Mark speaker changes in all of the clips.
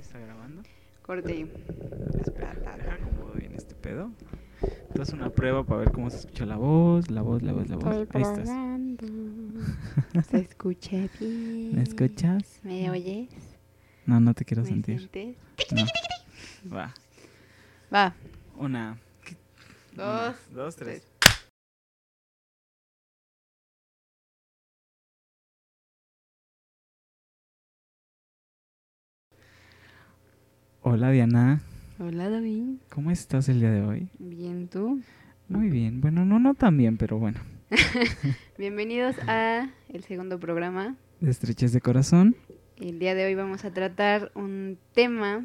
Speaker 1: ¿Está grabando?
Speaker 2: Corte.
Speaker 1: Espera,
Speaker 2: Ta, ta,
Speaker 1: deja
Speaker 2: ta.
Speaker 1: acomodo bien este pedo. Tú haz una prueba para ver cómo se escucha la voz, la voz, la voz, la voz. Ahí estás.
Speaker 2: Se escuché bien.
Speaker 1: ¿Me escuchas?
Speaker 2: ¿Me oyes?
Speaker 1: No, no te quiero
Speaker 2: ¿Me
Speaker 1: sentir.
Speaker 2: sientes?
Speaker 1: No. Va.
Speaker 2: Va.
Speaker 1: Una.
Speaker 2: Dos.
Speaker 1: Una, dos, tres. Hola Diana,
Speaker 2: Hola, David.
Speaker 1: ¿cómo estás el día de hoy?
Speaker 2: Bien, tú.
Speaker 1: Muy bien, bueno, no, no tan bien, pero bueno.
Speaker 2: Bienvenidos a el segundo programa.
Speaker 1: De estrechez de corazón.
Speaker 2: El día de hoy vamos a tratar un tema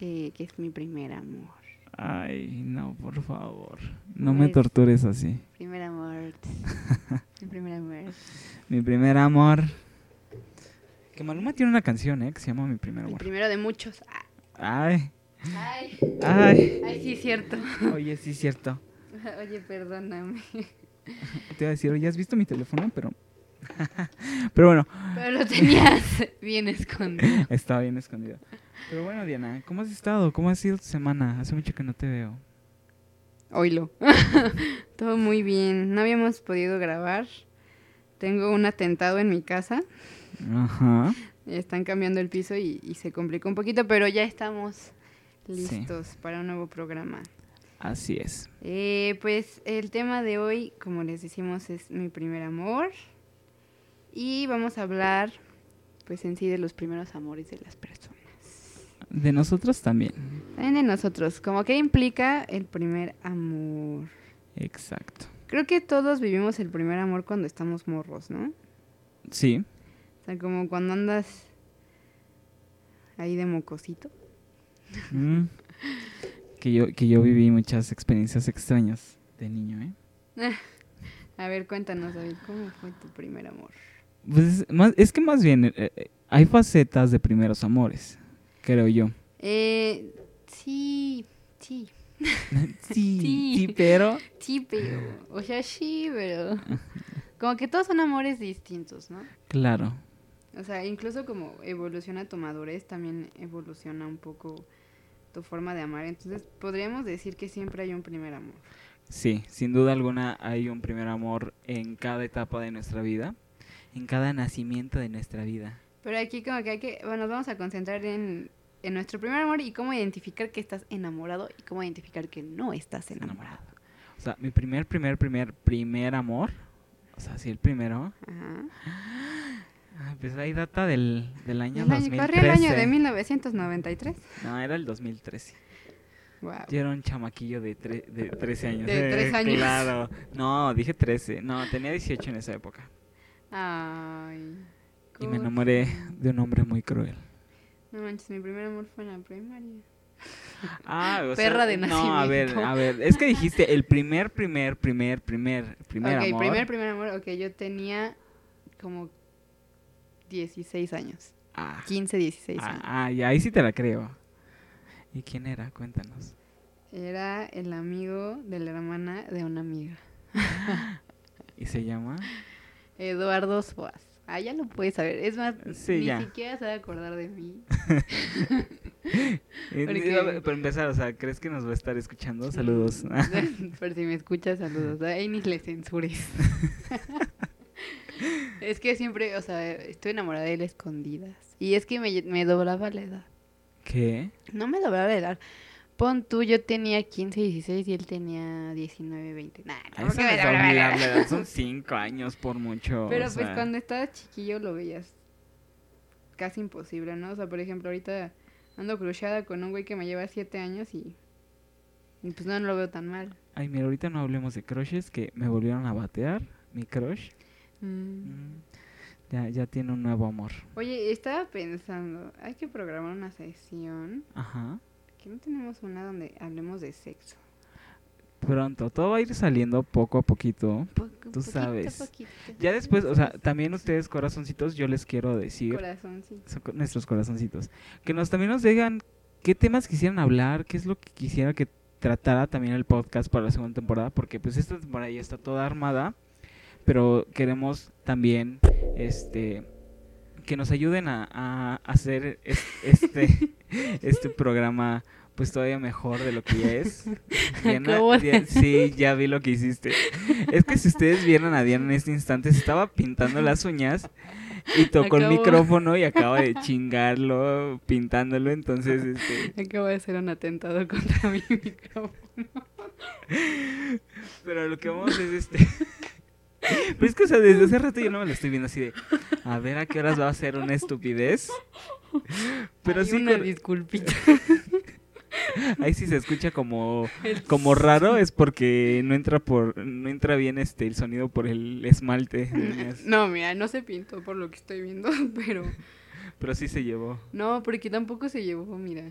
Speaker 2: eh, que es mi primer amor.
Speaker 1: Ay, no, por favor. No me
Speaker 2: Ay.
Speaker 1: tortures así.
Speaker 2: Primer amor. El primer amor.
Speaker 1: Mi primer amor. Que Maluma tiene una canción, ¿eh? Que se llama Mi primer
Speaker 2: El
Speaker 1: amor.
Speaker 2: primero de muchos. Ah,
Speaker 1: Ay,
Speaker 2: Ay,
Speaker 1: ay.
Speaker 2: ay, sí, cierto.
Speaker 1: Oye, sí, es cierto.
Speaker 2: Oye, perdóname.
Speaker 1: Te iba a decir, oye, ¿has visto mi teléfono? Pero. Pero bueno,
Speaker 2: Pero lo tenías bien escondido.
Speaker 1: estaba bien escondido. Pero bueno, Diana, ¿cómo has estado? ¿Cómo ha sido tu semana? Hace mucho que no te veo.
Speaker 2: Oilo. Todo muy bien. No habíamos podido grabar. Tengo un atentado en mi casa.
Speaker 1: Ajá.
Speaker 2: Están cambiando el piso y, y se complicó un poquito, pero ya estamos listos para un nuevo programa.
Speaker 1: Así es.
Speaker 2: Eh, pues el tema de hoy, como les decimos, es mi primer amor. Y vamos a hablar, pues en sí, de los primeros amores de las personas.
Speaker 1: De nosotros también.
Speaker 2: También de nosotros, como qué implica el primer amor.
Speaker 1: Exacto.
Speaker 2: Creo que todos vivimos el primer amor cuando estamos morros, ¿no?
Speaker 1: Sí.
Speaker 2: O sea, como cuando andas ahí de mocosito.
Speaker 1: Mm. Que, yo, que yo viví muchas experiencias extrañas de niño, ¿eh?
Speaker 2: A ver, cuéntanos, David, ¿cómo fue tu primer amor?
Speaker 1: Pues es, más- es que más bien eh, eh, hay facetas de primeros amores, creo yo.
Speaker 2: Eh, sí, sí,
Speaker 1: Sí,
Speaker 2: Sí.
Speaker 1: pero
Speaker 2: sí, pero, o sea, sí, pero... Como que todos son amores distintos, ¿no?
Speaker 1: claro,
Speaker 2: O sea, incluso como evoluciona tu madurez, también evoluciona un poco tu forma de amar. Entonces, podríamos decir que siempre hay un primer amor.
Speaker 1: sí, sin duda alguna hay un primer amor en cada etapa de nuestra vida, en cada nacimiento de nuestra vida.
Speaker 2: Pero aquí como que hay que, bueno, nos vamos a concentrar en, en nuestro primer amor y cómo identificar que estás enamorado y cómo identificar que no estás enamorado.
Speaker 1: O sea, mi primer, primer, primer, primer amor, o sea, sí, el primero,
Speaker 2: Ajá.
Speaker 1: ah, pues ahí data del, del año
Speaker 2: El año,
Speaker 1: 2013.
Speaker 2: corría el año de 1993.
Speaker 1: No, era el 2013.
Speaker 2: Wow.
Speaker 1: Yo era un chamaquillo de, tre- de 13 años.
Speaker 2: De
Speaker 1: eh,
Speaker 2: tres años.
Speaker 1: Claro. No, dije 13. No, tenía 18 en esa época.
Speaker 2: Ay.
Speaker 1: Y me
Speaker 2: cor-
Speaker 1: enamoré de un hombre muy cruel.
Speaker 2: No manches, mi primer amor fue en la primaria.
Speaker 1: Ah, o
Speaker 2: Perra de
Speaker 1: No, a ver,
Speaker 2: nacimiento.
Speaker 1: a ver. Es que dijiste el primer, primer, primer, primer, primer
Speaker 2: ok,
Speaker 1: amor.
Speaker 2: primer, primer amor. Ok, yo tenía como 16 años.
Speaker 1: Ah,
Speaker 2: 15, 16
Speaker 1: ah,
Speaker 2: años.
Speaker 1: ah, ya, ahí sí te la creo. ¿Y quién era? Cuéntanos.
Speaker 2: Era el amigo de la hermana de una amiga.
Speaker 1: ¿Y se llama?
Speaker 2: Eduardo Suárez. Ah, ya lo puedes saber. Es más,
Speaker 1: Sí,
Speaker 2: ni
Speaker 1: ya.
Speaker 2: siquiera se va a acordar de mí.
Speaker 1: Eh,
Speaker 2: Porque-
Speaker 1: a ver, Para empezar, o sea, ¿crees que nos va a estar escuchando? Oh, Saludos.
Speaker 2: Por si me escuchas, saludos. Ay, ni le censures. es que siempre, o sea, estoy enamorada de él a escondidas. Y es que me, me doblaba la edad.
Speaker 1: ¿Qué?
Speaker 2: No me doblaba la edad. Pon tú, yo tenía 15, 16 y él tenía 19, 20. Nah,
Speaker 1: A
Speaker 2: ¿cómo
Speaker 1: eso
Speaker 2: que me
Speaker 1: les va a
Speaker 2: doblaba la
Speaker 1: olvidar
Speaker 2: edad?
Speaker 1: la edad, Son 5 años por mucho. o
Speaker 2: Pero pues
Speaker 1: sea.
Speaker 2: cuando estabas chiquillo lo veías casi imposible, ¿no? O sea, por ejemplo, ahorita ando cruceada con un güey que me lleva siete años y, y, pues no, no lo veo tan mal.
Speaker 1: Ay, mira, ahorita no hablemos de crushes que me volvieron a batear. Mi crush mm, ya, ya tiene un nuevo amor.
Speaker 2: Oye, estaba pensando, hay que programar una sesión,
Speaker 1: Ajá.
Speaker 2: que no tenemos una donde hablemos de sexo.
Speaker 1: Pronto, todo va a ir saliendo poco a poquito.
Speaker 2: Po- poquito,
Speaker 1: sabes.
Speaker 2: poquito.
Speaker 1: Ya después, o sea, también ustedes corazoncitos, yo les quiero decir,
Speaker 2: Corazón, sí.
Speaker 1: son co- nuestros corazoncitos, que nos también nos digan qué temas quisieran hablar, qué es lo que quisiera que tratara también el podcast para la segunda temporada, porque pues esta temporada ya está toda armada, pero queremos también, este, que nos ayuden a, a hacer es- este, este programa pues todavía mejor de lo que ya es. Diana,
Speaker 2: Acabo de-
Speaker 1: Dia- sí, ya vi lo que hiciste. Es que si ustedes vieran a Diana en este instante, se estaba pintando las uñas y tocó el
Speaker 2: Acabo-
Speaker 1: micrófono y acaba de chingarlo, pintándolo, entonces este,
Speaker 2: Acabo de hacer un atentado contra mi micrófono.
Speaker 1: Pero lo que vamos es este. Pero es que, o sea, desde hace rato yo no me lo estoy viendo así de. A ver a qué horas va a ser una estupidez. Pero
Speaker 2: Ay,
Speaker 1: sí,
Speaker 2: Una
Speaker 1: con-
Speaker 2: disculpita.
Speaker 1: ahí sí se escucha como, como raro, es porque no entra por no entra bien este el sonido por el esmalte. de uñas.
Speaker 2: No, mira, no se pintó por lo que estoy viendo, pero.
Speaker 1: Pero sí se llevó.
Speaker 2: No, porque tampoco se llevó, mira.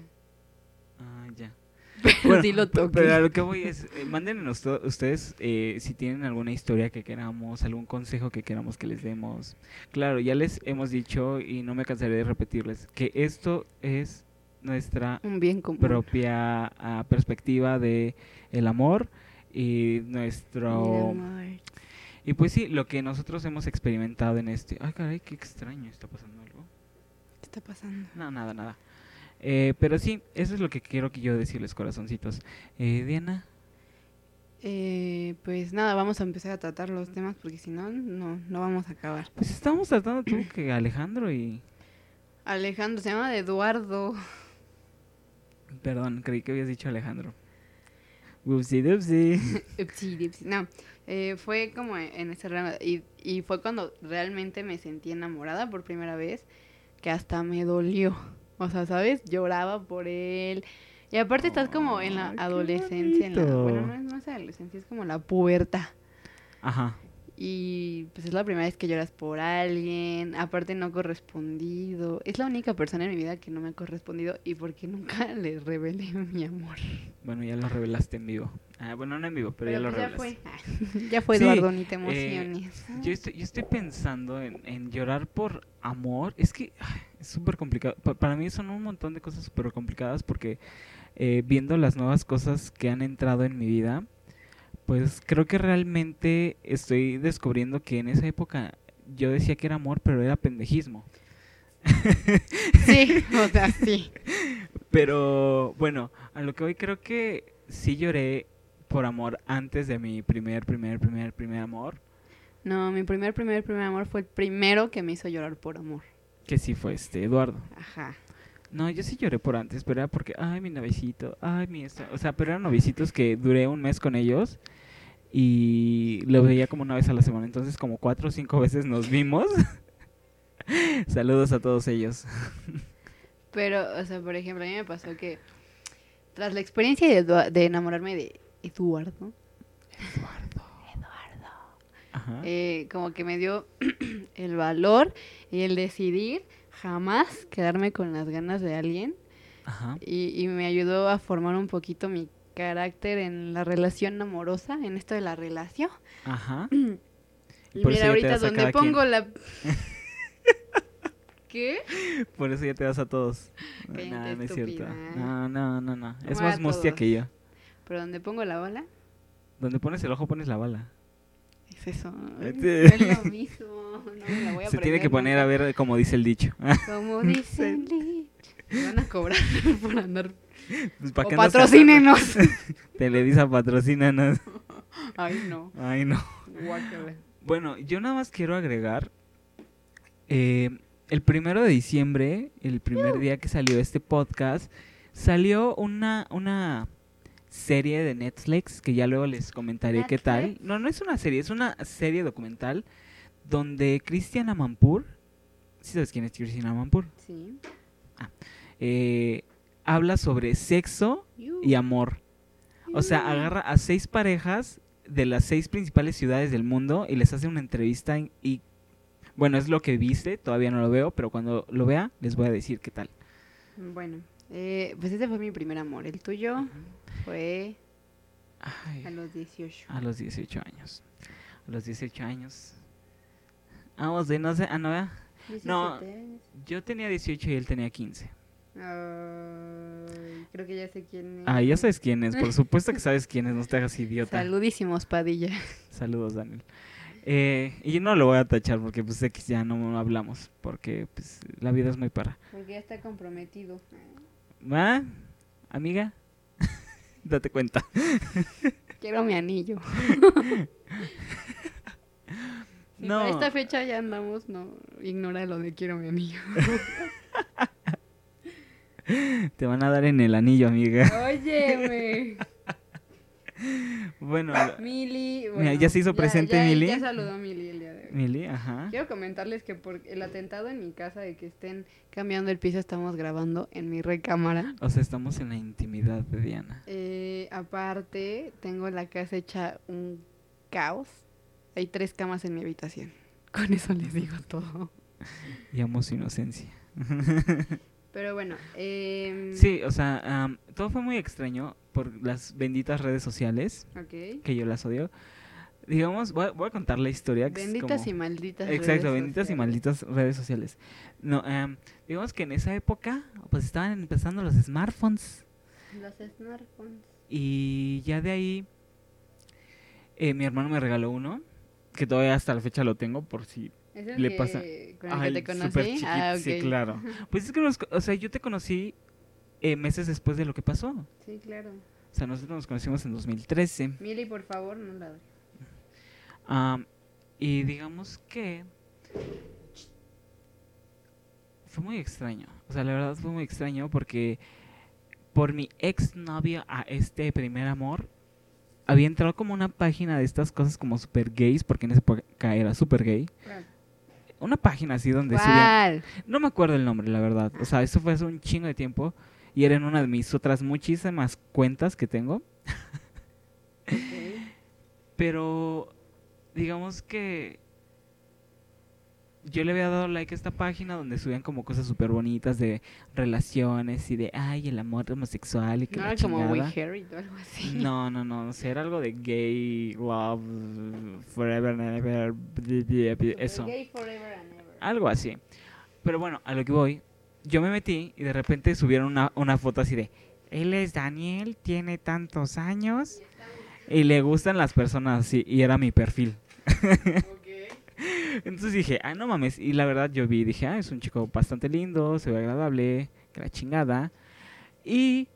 Speaker 1: Ah, ya.
Speaker 2: Pero
Speaker 1: Bueno,
Speaker 2: sí lo
Speaker 1: pe-
Speaker 2: toqué.
Speaker 1: Pero a lo que voy es, eh, mándenos to- ustedes eh, si tienen alguna historia que queramos, algún consejo que queramos que les demos. Claro, ya les hemos dicho y no me cansaré de repetirles que esto es nuestra
Speaker 2: Un bien común.
Speaker 1: propia ah, perspectiva de el amor y nuestro
Speaker 2: Mi amor.
Speaker 1: y pues sí lo que nosotros hemos experimentado en este ay caray qué extraño está pasando algo
Speaker 2: ¿Qué está pasando?
Speaker 1: no, nada, nada. Eh, pero sí, eso es lo que quiero que yo decirles, corazoncitos. Eh, Diana,
Speaker 2: Eh, pues nada, vamos a empezar a tratar los temas porque si no, no, no vamos a acabar.
Speaker 1: pues estamos tratando tú que Alejandro y...
Speaker 2: Alejandro, se llama Eduardo.
Speaker 1: Perdón, creí que habías dicho Alejandro. Upsi, dupsi.
Speaker 2: Upsi, dipsi. No, eh, fue como en ese rango. Y, y fue cuando realmente me sentí enamorada por primera vez, que hasta me dolió. O sea, ¿sabes? Lloraba por él. Y aparte estás como en la
Speaker 1: Ay, qué
Speaker 2: adolescencia. en la-
Speaker 1: bonito.
Speaker 2: bueno, no es, no es adolescencia, es como la pubertad.
Speaker 1: Ajá.
Speaker 2: Y pues es la primera vez que lloras por alguien, aparte no correspondido. Es la única persona en mi vida que no me ha correspondido y porque nunca le revelé mi amor.
Speaker 1: Bueno, ya lo revelaste en vivo. Ah, bueno, no en vivo, pero, ya lo
Speaker 2: pues
Speaker 1: revelaste.
Speaker 2: fue. ya fue,
Speaker 1: Sí,
Speaker 2: Eduardo, ni te emociones.
Speaker 1: Yo estoy, yo estoy pensando en, en llorar por amor. Es que ay, es súper complicado. Pa- para mí son un montón de cosas súper complicadas porque eh, viendo las nuevas cosas que han entrado en mi vida, pues creo que realmente estoy descubriendo que en esa época yo decía que era amor, pero era pendejismo.
Speaker 2: Sí, o sea, sí.
Speaker 1: Pero bueno, a lo que hoy creo que sí lloré por amor antes de mi primer, primer, primer, primer amor,
Speaker 2: No, mi primer, primer, primer amor fue el primero que me hizo llorar por amor.
Speaker 1: que sí fue este Eduardo.
Speaker 2: Ajá.
Speaker 1: No, yo sí lloré por antes, pero era porque, ay, mi novicito, ay, mi esto. O sea, pero eran novicitos que duré un mes con ellos y lo veía como una vez a la semana. Entonces, como cuatro o cinco veces nos vimos. Saludos a todos ellos.
Speaker 2: Pero, o sea, por ejemplo, a mí me pasó que tras la experiencia de, Edu- de enamorarme de Eduardo,
Speaker 1: Eduardo. Ajá.
Speaker 2: eh, como que me dio el valor y el decidir jamás quedarme con las ganas de alguien
Speaker 1: Ajá.
Speaker 2: y, y me ayudó a formar un poquito mi carácter en la relación amorosa, en esto de la relación.
Speaker 1: Ajá.
Speaker 2: Y
Speaker 1: por eso ya te
Speaker 2: mira ahorita
Speaker 1: das a
Speaker 2: donde
Speaker 1: cada quien.
Speaker 2: pongo la... ¿Qué?
Speaker 1: Por eso ya te das a todos. No,
Speaker 2: Cállate,
Speaker 1: no es cierto.
Speaker 2: estúpida.
Speaker 1: No, no, no, no. Es
Speaker 2: Amor a
Speaker 1: más mustia que yo.
Speaker 2: Pero donde pongo la bala,
Speaker 1: Donde pones el ojo, pones la bala.
Speaker 2: es eso.
Speaker 1: Este-
Speaker 2: es lo mismo. No me la voy a
Speaker 1: Se tiene que poner
Speaker 2: aprender
Speaker 1: a ver como dice el dicho.
Speaker 2: nunca. Como dice el dicho. Me van a cobrar por andar.
Speaker 1: Pues, ¿pa'
Speaker 2: O
Speaker 1: qué andas
Speaker 2: patrocínenos.
Speaker 1: Televisa patrocínanos.
Speaker 2: Ay, no.
Speaker 1: Ay, no.
Speaker 2: Guácala.
Speaker 1: Bueno, yo nada más quiero agregar. eh, el primero de diciembre, el primer día que salió este podcast, salió una, una serie de Netflix que ya luego les comentaré qué tal.
Speaker 2: Netflix.
Speaker 1: No, no es una serie, es una serie documental donde Cristiana Mampur, si sabes quién es Cristiana Mampur,
Speaker 2: Sí.
Speaker 1: Eh, habla sobre sexo y amor. O sea, agarra a seis parejas de las seis principales ciudades del mundo y les hace una entrevista en- y bueno, es lo que viste, todavía no lo veo, pero cuando lo vea les voy a decir qué tal.
Speaker 2: Bueno, eh, pues ese fue mi primer amor. El tuyo fue
Speaker 1: Ay,
Speaker 2: a los 18.
Speaker 1: a los 18 años. A los 18 años. Vamos de no sé, ah no, ¿verdad? No.
Speaker 2: 17 años.
Speaker 1: yo tenía 18 y él tenía 15.
Speaker 2: Ay, creo que ya sé quién es.
Speaker 1: Ah, ya sabes quién es, por supuesto que sabes quién es, no te hagas idiota.
Speaker 2: Saludísimos, Padilla.
Speaker 1: Saludos, Daniel. Eh, y no lo voy a tachar porque pues X ya no hablamos, porque pues la vida es muy para.
Speaker 2: Porque ya está comprometido.
Speaker 1: ¿Va? Amiga, date cuenta.
Speaker 2: Quiero mi anillo. Si
Speaker 1: No.
Speaker 2: para esta fecha ya andamos, no, ignora lo de quiero mi anillo.
Speaker 1: Te van a dar en el anillo, amiga.
Speaker 2: Óyeme.
Speaker 1: Bueno,
Speaker 2: Mili.
Speaker 1: Mira, ya se hizo presente
Speaker 2: ya-
Speaker 1: Mili.
Speaker 2: Ya saludó Mili el día de hoy.
Speaker 1: Mili, ajá.
Speaker 2: Quiero comentarles que por el atentado en mi casa de que estén cambiando el piso, estamos grabando en mi recámara.
Speaker 1: O sea, estamos en la intimidad de Diana.
Speaker 2: Eh, aparte, tengo la casa hecha un caos. Hay tres camas en mi habitación. Con eso les digo todo.
Speaker 1: Y amo su inocencia.
Speaker 2: Pero bueno, em,
Speaker 1: Sí, o sea, am, todo fue muy extraño por las benditas redes sociales,
Speaker 2: Ok.
Speaker 1: que yo las odio. Digamos, voy a, voy a contar la historia. que es
Speaker 2: Benditas
Speaker 1: como-
Speaker 2: y malditas.
Speaker 1: Exacto,
Speaker 2: redes
Speaker 1: benditas y
Speaker 2: sociales.
Speaker 1: malditas redes sociales. No, em, digamos que en esa época, pues estaban empezando los smartphones.
Speaker 2: Los smartphones.
Speaker 1: Y ya de ahí, eh, mi hermano me regaló uno, que todavía hasta la fecha lo tengo, por si...
Speaker 2: ¿Es el
Speaker 1: Le
Speaker 2: que,
Speaker 1: pasa-
Speaker 2: con el que
Speaker 1: Ay,
Speaker 2: te
Speaker 1: súper
Speaker 2: conocí? Ah,
Speaker 1: chiquito,
Speaker 2: ok.
Speaker 1: Sí, claro. Pues es que, nos- o sea, yo te conocí eh, meses después de lo que pasó. O
Speaker 2: Sí, claro.
Speaker 1: sea, nosotros nos conocimos en 2013.
Speaker 2: Mili, por favor, no la doy.
Speaker 1: Am, y digamos que fue muy extraño. O sea, la verdad fue muy extraño porque por mi exnovio a este primer amor había entrado como una página de estas cosas como super gays, porque en esa época era super gay. Una página así donde subían.
Speaker 2: ¿Cuál?
Speaker 1: No me acuerdo el nombre, la verdad. O sea, eso fue hace un chingo de tiempo. Y era en una de mis otras muchísimas cuentas que tengo.
Speaker 2: Ok.
Speaker 1: Pero digamos que yo le había dado like a esta página donde subían como cosas súper bonitas de relaciones y de, ay, el amor homosexual y que
Speaker 2: No
Speaker 1: la
Speaker 2: era Ah, como We
Speaker 1: chingada". Mm,
Speaker 2: Harried o algo así.
Speaker 1: No, no, no, o sea, era algo de gay, love, forever, and ever, bli, bli, bli,
Speaker 2: Super
Speaker 1: eso, Ah,
Speaker 2: Gay forever and ever.
Speaker 1: algo así. Pero bueno, a lo que voy, yo me metí y de repente subieron una, una foto así de, él es Daniel, tiene tantos años y le gustan las personas así, y era mi perfil. Entonces dije, ah, no mames. Y la verdad yo vi, dije, ah, es un chico bastante lindo, se ve agradable, que la chingada. Y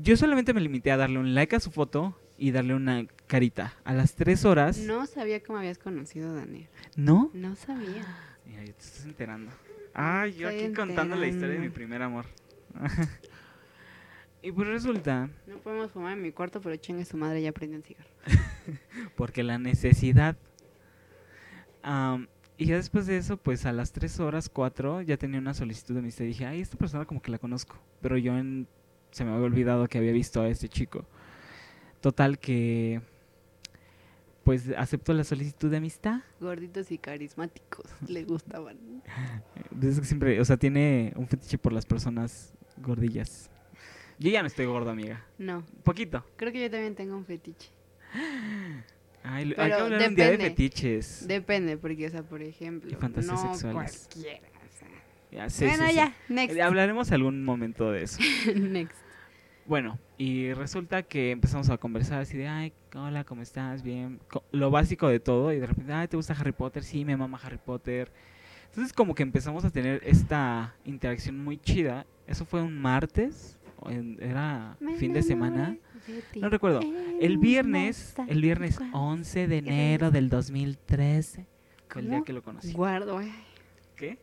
Speaker 1: yo solamente me limité a darle un like a su foto y darle una carita. A las tres horas, ¿no?
Speaker 2: No sabía cómo habías conocido a Daniel. No sabía.
Speaker 1: Mira, ya te estás enterando. Ay, yo aquí
Speaker 2: Estoy
Speaker 1: contando la historia de mi
Speaker 2: enterando.
Speaker 1: primer amor. y pues resulta,
Speaker 2: No podemos fumar en mi cuarto, pero chingue su madre, ya prende un cigarro.
Speaker 1: porque la necesidad. Am, y ya después de eso, pues a las 3 horas, 4, ya tenía una solicitud de amistad. Y dije, ay, esta persona como que la conozco. Pero yo en- se me había olvidado que había visto a este chico. Total que, pues acepto la solicitud de amistad.
Speaker 2: Gorditos y carismáticos, le gustaban.
Speaker 1: Desde que siempre, o sea, tiene un fetiche por las personas gordillas. Yo ya no estoy gordo, amiga.
Speaker 2: No,
Speaker 1: Poquito.
Speaker 2: creo que yo también tengo un fetiche.
Speaker 1: Ay, lo- hay
Speaker 2: Pero
Speaker 1: que hablar un día de
Speaker 2: depende.
Speaker 1: fetiches.
Speaker 2: Depende, porque, o sea, por ejemplo,
Speaker 1: Y fantasías
Speaker 2: no
Speaker 1: sexuales.
Speaker 2: cualquiera. o sea.
Speaker 1: Ya, sí,
Speaker 2: bueno,
Speaker 1: sí, sí.
Speaker 2: ya, next.
Speaker 1: Eh, Hablaremos algún momento de eso.
Speaker 2: next.
Speaker 1: Bueno, y resulta que empezamos a conversar así de, ay, hola, ¿cómo estás? Bien. co- Lo básico de todo. Y de repente, ay, ¿te gusta Harry Potter? Sí, me mama Harry Potter. Entonces como que empezamos a tener esta interacción muy chida. Eso fue un martes. o en- Era
Speaker 2: Me
Speaker 1: fin de semana.
Speaker 2: enamoré de ti.
Speaker 1: No recuerdo. El
Speaker 2: Hermosa
Speaker 1: viernes, el viernes
Speaker 2: cual-
Speaker 1: 11 de enero del 2013. Fue el día
Speaker 2: ¿Cómo?
Speaker 1: que lo conocí.
Speaker 2: Guardo, ay,
Speaker 1: ¿Qué?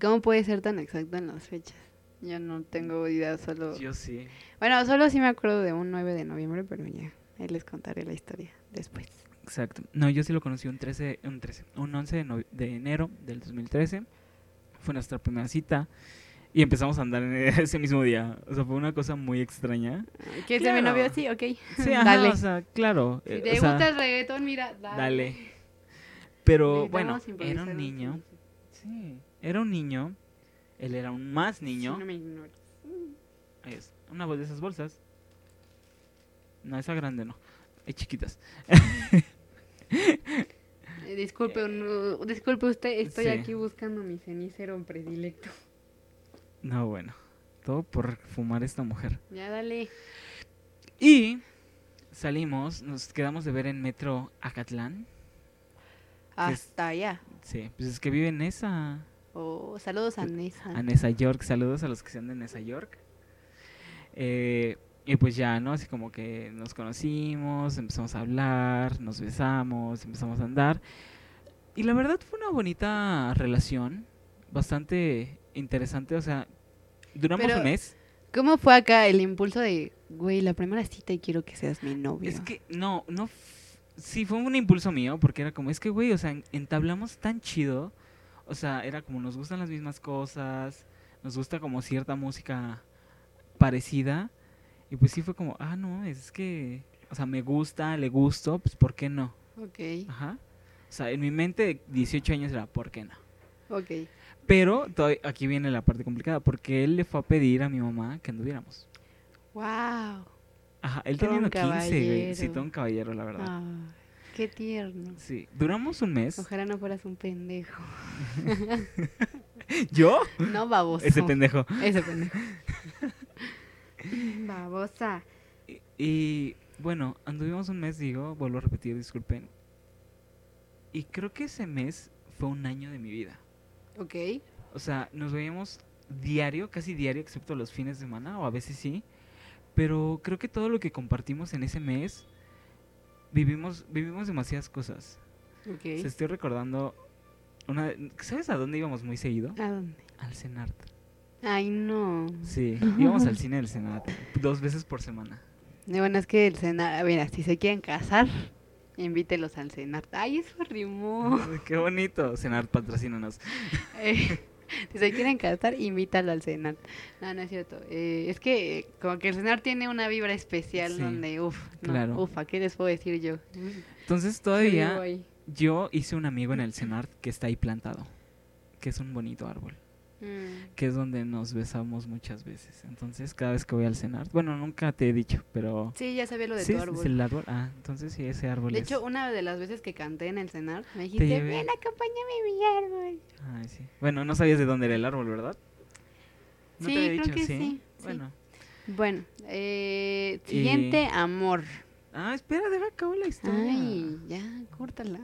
Speaker 2: ¿Cómo puede ser tan exacto en las fechas? Yo no tengo idea, solo...
Speaker 1: Yo sí.
Speaker 2: Bueno, solo sí me acuerdo de un 9 de noviembre, pero ya, ahí les contaré la historia después.
Speaker 1: Exacto. No, yo sí lo conocí un 13, un, 13, un 11 de, nove- de enero del 2013. Fue nuestra primera cita y empezamos a andar en ese mismo día. O sea, fue una cosa muy extraña.
Speaker 2: ¿Quieres ser mi
Speaker 1: Ah, Claro.
Speaker 2: novio? Sí, ok.
Speaker 1: Sí, ajá,
Speaker 2: Dale.
Speaker 1: o sea, claro. eh,
Speaker 2: si
Speaker 1: o
Speaker 2: te
Speaker 1: sea,
Speaker 2: gusta el reggaetón, mira, dale.
Speaker 1: dale. Pero
Speaker 2: Necesitamos
Speaker 1: bueno, era
Speaker 2: improvisar
Speaker 1: un niño.
Speaker 2: entonces.
Speaker 1: Sí, era un niño. Él era un más niño.
Speaker 2: No me ignores.
Speaker 1: Ahí es, Una voz de esas bolsas. No, esa grande no. Hay chiquitas.
Speaker 2: Eh, disculpe, no- disculpe usted, estoy
Speaker 1: sí.
Speaker 2: aquí buscando mi cenicero predilecto.
Speaker 1: No, bueno. Todo por fumar esta mujer.
Speaker 2: Ya dale.
Speaker 1: Y salimos, nos quedamos de ver en Metro Acatlán.
Speaker 2: Hasta allá.
Speaker 1: Sí, pues es que vive en esa.
Speaker 2: Oh, saludos a Nessa.
Speaker 1: a Nesa York. Saludos a los que sean de Nesa York. Eh, y pues ya, ¿no? Así como que nos conocimos, empezamos a hablar, nos besamos, empezamos a andar. Y la verdad fue una bonita relación, bastante interesante. O sea, duramos
Speaker 2: Pero-
Speaker 1: un mes.
Speaker 2: ¿Cómo fue acá el impulso de, güey, la primera cita y quiero que seas mi novio?
Speaker 1: Es que, no, no. f- Sí, fue un impulso mío, porque era como, es que, güey, o sea, en- entablamos tan chido. O sea, era como, nos gustan las mismas cosas, nos gusta como cierta música parecida. Y pues sí fue como, ah, no, es que, o sea, me gusta, le gusto, pues ¿por qué no?
Speaker 2: Ok,
Speaker 1: Ajá. O sea, en mi mente de 18 años era, ¿por qué no?
Speaker 2: ok.
Speaker 1: Pero todavía- aquí viene la parte complicada, porque él le fue a pedir a mi mamá que anduviéramos.
Speaker 2: Wow.
Speaker 1: Ajá, él
Speaker 2: Todo
Speaker 1: tenía
Speaker 2: un
Speaker 1: unos 15, güey. Sí,
Speaker 2: caballero.
Speaker 1: todo un caballero, la verdad.
Speaker 2: Ah, qué tierno.
Speaker 1: Sí, duramos un mes.
Speaker 2: Ojalá no fueras un pendejo.
Speaker 1: ¿Yo?
Speaker 2: No baboso.
Speaker 1: Ese pendejo.
Speaker 2: Ese pendejo. Babosa.
Speaker 1: Y, y, bueno, anduvimos un mes, digo, vuelvo a repetir, disculpen. Y creo que ese mes fue un año de mi vida.
Speaker 2: Ok.
Speaker 1: O sea, nos veíamos diario, casi diario, excepto los fines de semana, o a veces sí. Pero creo que todo lo que compartimos en ese mes, vivimos, vivimos demasiadas cosas.
Speaker 2: Ok.
Speaker 1: O sea, estoy recordando una... ¿Sabes a dónde íbamos muy seguido?
Speaker 2: ¿A dónde?
Speaker 1: Al Senart.
Speaker 2: Ay, no.
Speaker 1: Sí, íbamos al cine del Senart dos veces por semana.
Speaker 2: Eh, Bueno, es que el cenar. Mira, si se quieren casar, invítelos al cenar. Ay, eso rimó.
Speaker 1: Qué bonito. Cenar, patrocínanos.
Speaker 2: Eh, si se quieren casar, invítalo al cenar. No, no es cierto. Eh, es que eh, como que el cenar tiene una vibra especial
Speaker 1: Sí,
Speaker 2: donde, uff, no,
Speaker 1: claro. ah.
Speaker 2: uf, ¿a qué les puedo decir yo?
Speaker 1: Entonces
Speaker 2: Vivo
Speaker 1: todavía
Speaker 2: ahí.
Speaker 1: yo hice un amigo en el Senart que está ahí plantado, que es un bonito árbol,
Speaker 2: Mm,
Speaker 1: que es donde nos besamos muchas veces. Entonces cada vez que voy al Senart, bueno, nunca te he dicho, pero...
Speaker 2: Sí, ya sabía lo de
Speaker 1: Sí,
Speaker 2: tu
Speaker 1: es-
Speaker 2: árbol.
Speaker 1: es el árbol. Ah, entonces sí, ese árbol
Speaker 2: De
Speaker 1: es...
Speaker 2: hecho, una de las veces que canté en el cenar, me dijiste,
Speaker 1: llevé.
Speaker 2: ven, acompáñame a mi árbol.
Speaker 1: Ay, sí. Bueno, no sabías de dónde era el árbol, ¿verdad?
Speaker 2: Sí,
Speaker 1: había
Speaker 2: creo que sí, sí.
Speaker 1: Bueno.
Speaker 2: Bueno, eh,
Speaker 1: Y-
Speaker 2: siguiente amor.
Speaker 1: Ah, espera, deja acabo la historia.
Speaker 2: Ay, ya, córtala.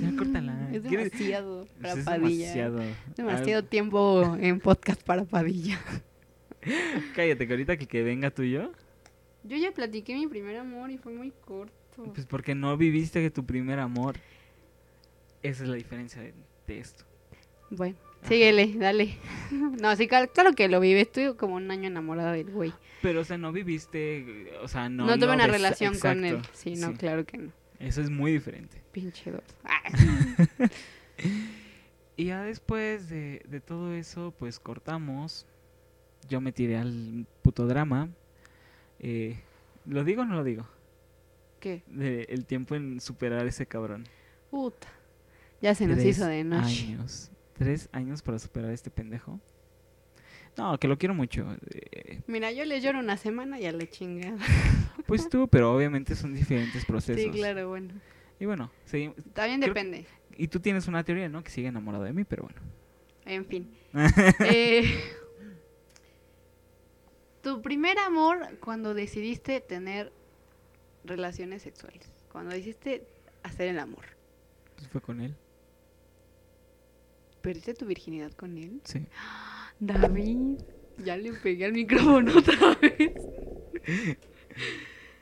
Speaker 1: Ya, córtala.
Speaker 2: Es
Speaker 1: Ah. ¿Quieres-
Speaker 2: demasiado
Speaker 1: Pues
Speaker 2: para
Speaker 1: es
Speaker 2: Padilla.
Speaker 1: demasiado.
Speaker 2: Demasiado
Speaker 1: Ah,
Speaker 2: tiempo en podcast para Padilla.
Speaker 1: cállate, que ahorita que, que venga tuyo.
Speaker 2: Yo ya platiqué mi primer amor y fue muy corto.
Speaker 1: Pues porque no viviste tu primer amor. Esa es la diferencia de, de esto.
Speaker 2: Bueno,
Speaker 1: Ajá.
Speaker 2: síguele, dale. No, sí, cal- claro que lo viví. Estuve como un año enamorada del güey.
Speaker 1: Pero, o sea, no viviste, o sea, no...
Speaker 2: No, tuve
Speaker 1: lo
Speaker 2: una
Speaker 1: besa-
Speaker 2: relación con él.
Speaker 1: Exacto,
Speaker 2: Sí, no,
Speaker 1: sí.
Speaker 2: claro que no.
Speaker 1: Eso es muy diferente.
Speaker 2: Pinche dos. Ah,
Speaker 1: Y ya después de, de todo eso, pues cortamos. Yo me tiré al puto drama. Eh, ¿Lo digo o no lo digo?
Speaker 2: ¿Qué?
Speaker 1: De- el tiempo en superar ese cabrón.
Speaker 2: Puta. Ya se nos
Speaker 1: Tres
Speaker 2: hizo de noche.
Speaker 1: Años. Tres años para superar a este pendejo. No, que lo quiero mucho. eh,
Speaker 2: Mira, yo le lloro una semana y a la chingada.
Speaker 1: pues tú, pero obviamente son diferentes procesos.
Speaker 2: Sí, claro, bueno.
Speaker 1: Y bueno, seguimos.
Speaker 2: También
Speaker 1: Creo-
Speaker 2: depende.
Speaker 1: Y tú tienes una teoría, ¿no? Que sigue enamorado de mí, pero bueno.
Speaker 2: En fin. Eh, tu primer amor cuando decidiste tener relaciones sexuales. Cuando decidiste hacer el amor.
Speaker 1: Pues fue con él,
Speaker 2: ¿Perdiste tu virginidad con él?
Speaker 1: sí.
Speaker 2: David, ya le pegué al micrófono otra vez.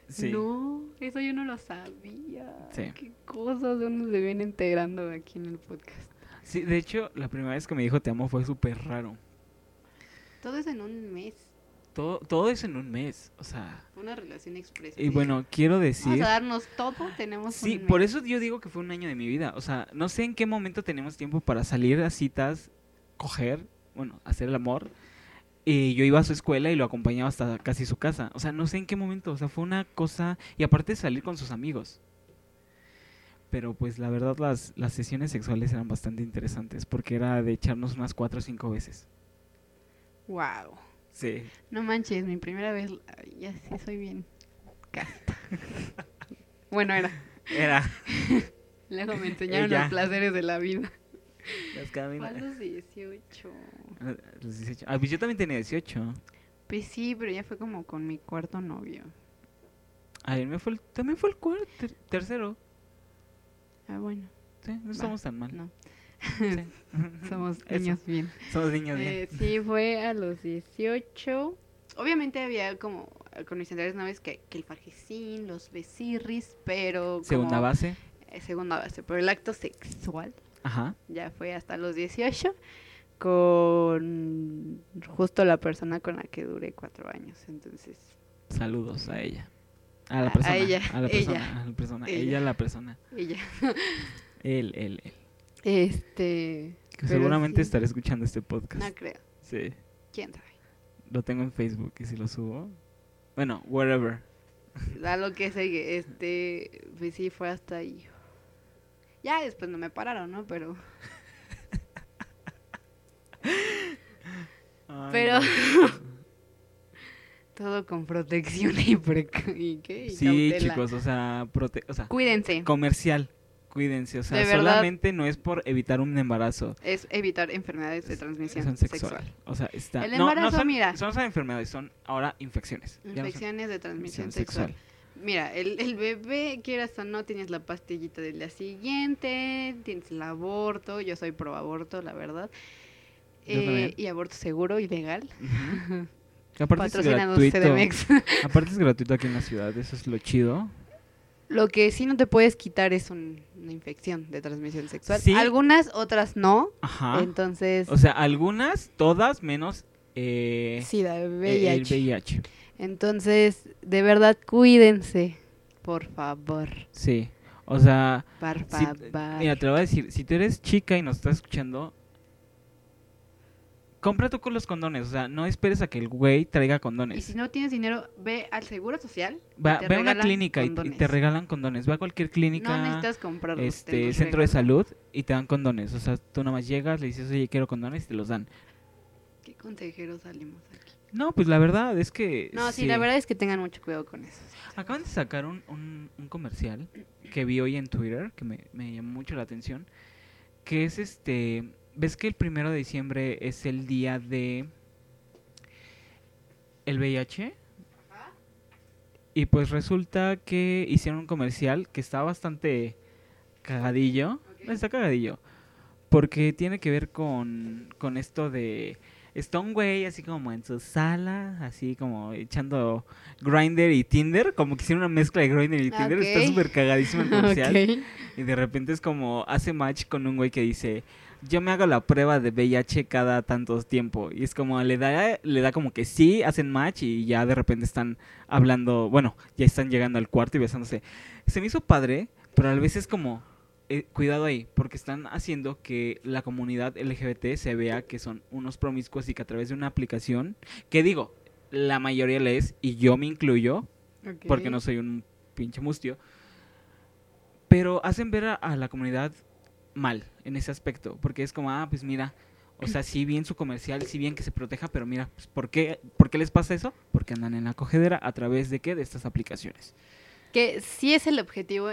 Speaker 1: Sí.
Speaker 2: No, eso yo no lo sabía.
Speaker 1: Sí.
Speaker 2: Qué cosas uno se viene integrando aquí en el podcast.
Speaker 1: Sí, de hecho, la primera vez que me dijo te amo fue súper raro.
Speaker 2: Todo es en un mes.
Speaker 1: Todo, todo es en un mes, o sea.
Speaker 2: Una relación expresa.
Speaker 1: Y bueno, quiero decir...
Speaker 2: Vamos a darnos todo, tenemos
Speaker 1: Sí,
Speaker 2: un
Speaker 1: por
Speaker 2: mes.
Speaker 1: eso yo digo que fue un año de mi vida. O sea, no sé en qué momento tenemos tiempo para salir a citas, coger, bueno, hacer el amor. Y yo iba a su escuela y lo acompañaba hasta casi su casa. O sea, no sé en qué momento. O sea, fue una cosa... Y aparte salir con sus amigos. Pero pues la verdad las, las sesiones sexuales eran bastante interesantes porque era de echarnos unas cuatro o cinco veces.
Speaker 2: Wow.
Speaker 1: Sí.
Speaker 2: No manches, mi primera vez. ay, ya sí, soy bien. Casta. bueno, era.
Speaker 1: Era...
Speaker 2: Luego me enseñaron
Speaker 1: Ella.
Speaker 2: los placeres de la vida.
Speaker 1: Las caminas-
Speaker 2: ¿Cuándo 18?
Speaker 1: Los 18. Ah, pues yo también tenía 18.
Speaker 2: Pues sí, pero ya fue como con mi cuarto novio.
Speaker 1: A él me fue el- también fue el cuarto, tercero.
Speaker 2: Ah, bueno.
Speaker 1: Sí, no estamos tan mal.
Speaker 2: No.
Speaker 1: Sí.
Speaker 2: Somos
Speaker 1: Eso,
Speaker 2: niños bien.
Speaker 1: Somos niños bien.
Speaker 2: Eh, sí, fue a los 18. Obviamente había como eh, con mis centrales naves que, que el Fargesín, los Besirris, pero. como-
Speaker 1: Segunda base.
Speaker 2: eh, segunda base. Pero el acto sexual
Speaker 1: Ajá.
Speaker 2: ya fue hasta los 18 con justo la persona con la que duré cuatro años. Entonces,
Speaker 1: Saludos a ella. A la
Speaker 2: A- a
Speaker 1: persona.
Speaker 2: ella,
Speaker 1: la persona.
Speaker 2: ella,
Speaker 1: a la persona.
Speaker 2: ella.
Speaker 1: Ella, la persona.
Speaker 2: ella.
Speaker 1: Él, él, él.
Speaker 2: Este. pues,
Speaker 1: Que
Speaker 2: pero
Speaker 1: seguramente
Speaker 2: sí,
Speaker 1: estará escuchando este podcast.
Speaker 2: No creo.
Speaker 1: Sí.
Speaker 2: ¿Quién sabe?
Speaker 1: Lo tengo en Facebook y si lo subo. Bueno, wherever.
Speaker 2: Da lo que sé, este, pues sí, fue hasta ahí. Ya después no me pararon, ¿no? Pero,
Speaker 1: Ay,
Speaker 2: pero
Speaker 1: no.
Speaker 2: todo con protección y, preca- y qué, y
Speaker 1: Sí,
Speaker 2: cautela.
Speaker 1: chicos, o sea, prote- o sea,
Speaker 2: Cuídense,
Speaker 1: comercial. Cuídense, o sea,
Speaker 2: De verdad.
Speaker 1: solamente no es por evitar un embarazo.
Speaker 2: es evitar enfermedades de transmisión
Speaker 1: Son
Speaker 2: sexual.
Speaker 1: sexual. O sea, está.
Speaker 2: El
Speaker 1: no, no
Speaker 2: embarazo,
Speaker 1: son,
Speaker 2: mira.
Speaker 1: son- son enfermedades, son ahora infecciones. Ya no son
Speaker 2: Infecciones de transmisión
Speaker 1: infección
Speaker 2: sexual. Mira, el, el bebé, quieras o no, tienes la pastillita del día siguiente, tienes el aborto, yo soy pro aborto, la verdad.
Speaker 1: Yo
Speaker 2: Eh,
Speaker 1: también.
Speaker 2: y aborto seguro y legal.
Speaker 1: Ujú. Que aparte es
Speaker 2: Patrocinados
Speaker 1: gratuito.
Speaker 2: CDMX.
Speaker 1: Aparte es gratuito aquí en la ciudad, eso es lo chido.
Speaker 2: Lo que sí no te puedes quitar es un- una infección de transmisión sexual.
Speaker 1: Sí.
Speaker 2: Algunas, otras no.
Speaker 1: Ajá.
Speaker 2: Entonces,
Speaker 1: O sea, algunas, todas, menos eh,
Speaker 2: SIDA, el
Speaker 1: eh, el
Speaker 2: VIH.
Speaker 1: VIH.
Speaker 2: Entonces, de verdad, cuídense. Por favor,
Speaker 1: Sí. O sea,
Speaker 2: por
Speaker 1: si-
Speaker 2: favor.
Speaker 1: mira, te lo voy a decir, si tú eres chica y nos estás escuchando, compra tú con los condones, o sea, no esperes a que el güey traiga
Speaker 2: y
Speaker 1: condones.
Speaker 2: si no tienes dinero, ve al Seguro Social. y
Speaker 1: Va,
Speaker 2: te
Speaker 1: ve a una
Speaker 2: regalan
Speaker 1: clínica y- y,
Speaker 2: condones.
Speaker 1: te regalan condones, va a cualquier clínica.
Speaker 2: No necesitas comprarlos. te
Speaker 1: este
Speaker 2: los
Speaker 1: centro de
Speaker 2: regalan.
Speaker 1: salud y te dan condones. O sea, tú nomás llegas, le dices, oye, quiero condones y te los dan.
Speaker 2: ¿Qué consejeros salimos aquí?
Speaker 1: No, pues la verdad es que.
Speaker 2: No, sí, la verdad es que tengan mucho cuidado con eso.
Speaker 1: Acaban de sacar un, un, un comercial que vi hoy en Twitter, que me, me llamó mucho la atención. Que es este. ¿Ves que el primero de diciembre es el día de. el VIH? Y pues resulta que hicieron un comercial que está bastante cagadillo. No, está cagadillo. Porque tiene que ver con, con esto de. Está un güey así como en su sala, así como echando Grinder y Tinder. Como que hicieron una mezcla de Grinder y Tinder.
Speaker 2: Ok.
Speaker 1: Está súper cagadísimo el comercial.
Speaker 2: Ok.
Speaker 1: Y de repente es como hace match con un güey que dice, yo me hago la prueba de VIH cada tanto tiempo. Y es como le da, le da como que sí, hacen match y ya de repente están hablando, bueno, ya están llegando al cuarto y besándose. Se me hizo padre, pero a la vez es como, eh, cuidado ahí, porque están haciendo que la comunidad LGBT se vea que son unos promiscuos y que a través de una aplicación, que digo, la mayoría le es, y yo me incluyo,
Speaker 2: Ok.
Speaker 1: porque no soy un pinche mustio. Pero hacen ver a, a la comunidad mal en ese aspecto, porque es como, ah, pues mira, o sea, sí bien su comercial, sí bien que se proteja, pero mira, pues, ¿por, qué, ¿por qué les pasa eso? Porque andan en la cogedera a través de qué, de estas aplicaciones.
Speaker 2: Que sí es el objetivo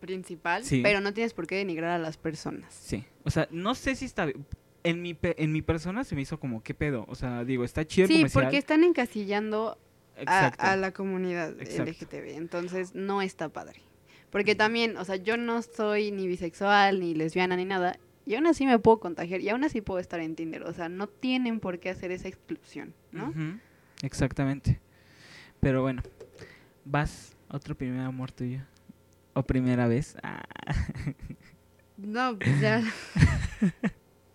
Speaker 2: principal,
Speaker 1: Sí.
Speaker 2: pero no tienes por qué denigrar a las personas.
Speaker 1: Sí. O sea, no sé si está... En mi, pe- en mi persona se me hizo como, ¿qué pedo? O sea, digo, está chido el
Speaker 2: Sí,
Speaker 1: comercial.
Speaker 2: porque están encasillando a,
Speaker 1: Exacto.
Speaker 2: a la comunidad
Speaker 1: Exacto.
Speaker 2: LGTB, entonces no está padre. Porque también, o sea, yo no soy ni bisexual, ni lesbiana, ni nada, y aún así me puedo contagiar, y aún así puedo estar en Tinder, o sea, no tienen por qué hacer esa exclusión, ¿no?
Speaker 1: Ujú, Exactamente. Pero bueno, vas otro primer amor tuyo. O primera vez. Ah,
Speaker 2: No, pues ya.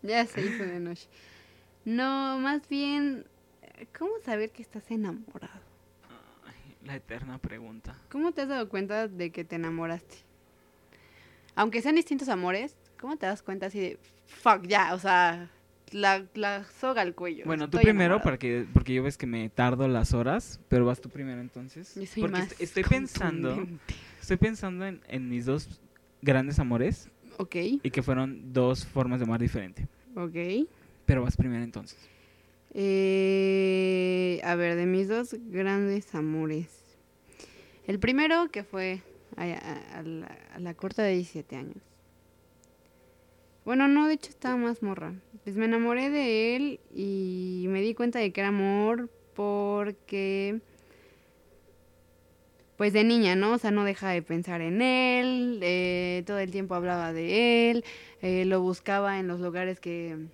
Speaker 2: ya se hizo de noche. No, más bien, ¿cómo saber que estás enamorado?
Speaker 1: la eterna pregunta.
Speaker 2: ¿Cómo te has dado cuenta de que te enamoraste? Aunque sean distintos amores, ¿cómo te das cuenta así de fuck, ya? O sea, la, la soga al cuello.
Speaker 1: Bueno, tú
Speaker 2: estoy
Speaker 1: primero,
Speaker 2: enamorado.
Speaker 1: porque, porque yo ves que me tardo las horas, pero vas tú primero entonces.
Speaker 2: Yo soy
Speaker 1: porque
Speaker 2: más
Speaker 1: est- estoy pensando,
Speaker 2: contundente.
Speaker 1: estoy pensando en, en mis dos grandes amores
Speaker 2: Ok,
Speaker 1: y que fueron dos formas de amar diferente.
Speaker 2: ok.
Speaker 1: Pero vas primero entonces.
Speaker 2: Eh, a ver, de mis dos grandes amores. El primero que fue a, a- a la, a la corta de 17 años. Bueno, no, de hecho estaba más morra. Pues me enamoré de él y me di cuenta de que era amor porque... pues de niña, ¿no? O sea, no dejaba de pensar en él, eh, todo el tiempo hablaba de él, eh, lo buscaba en los lugares que,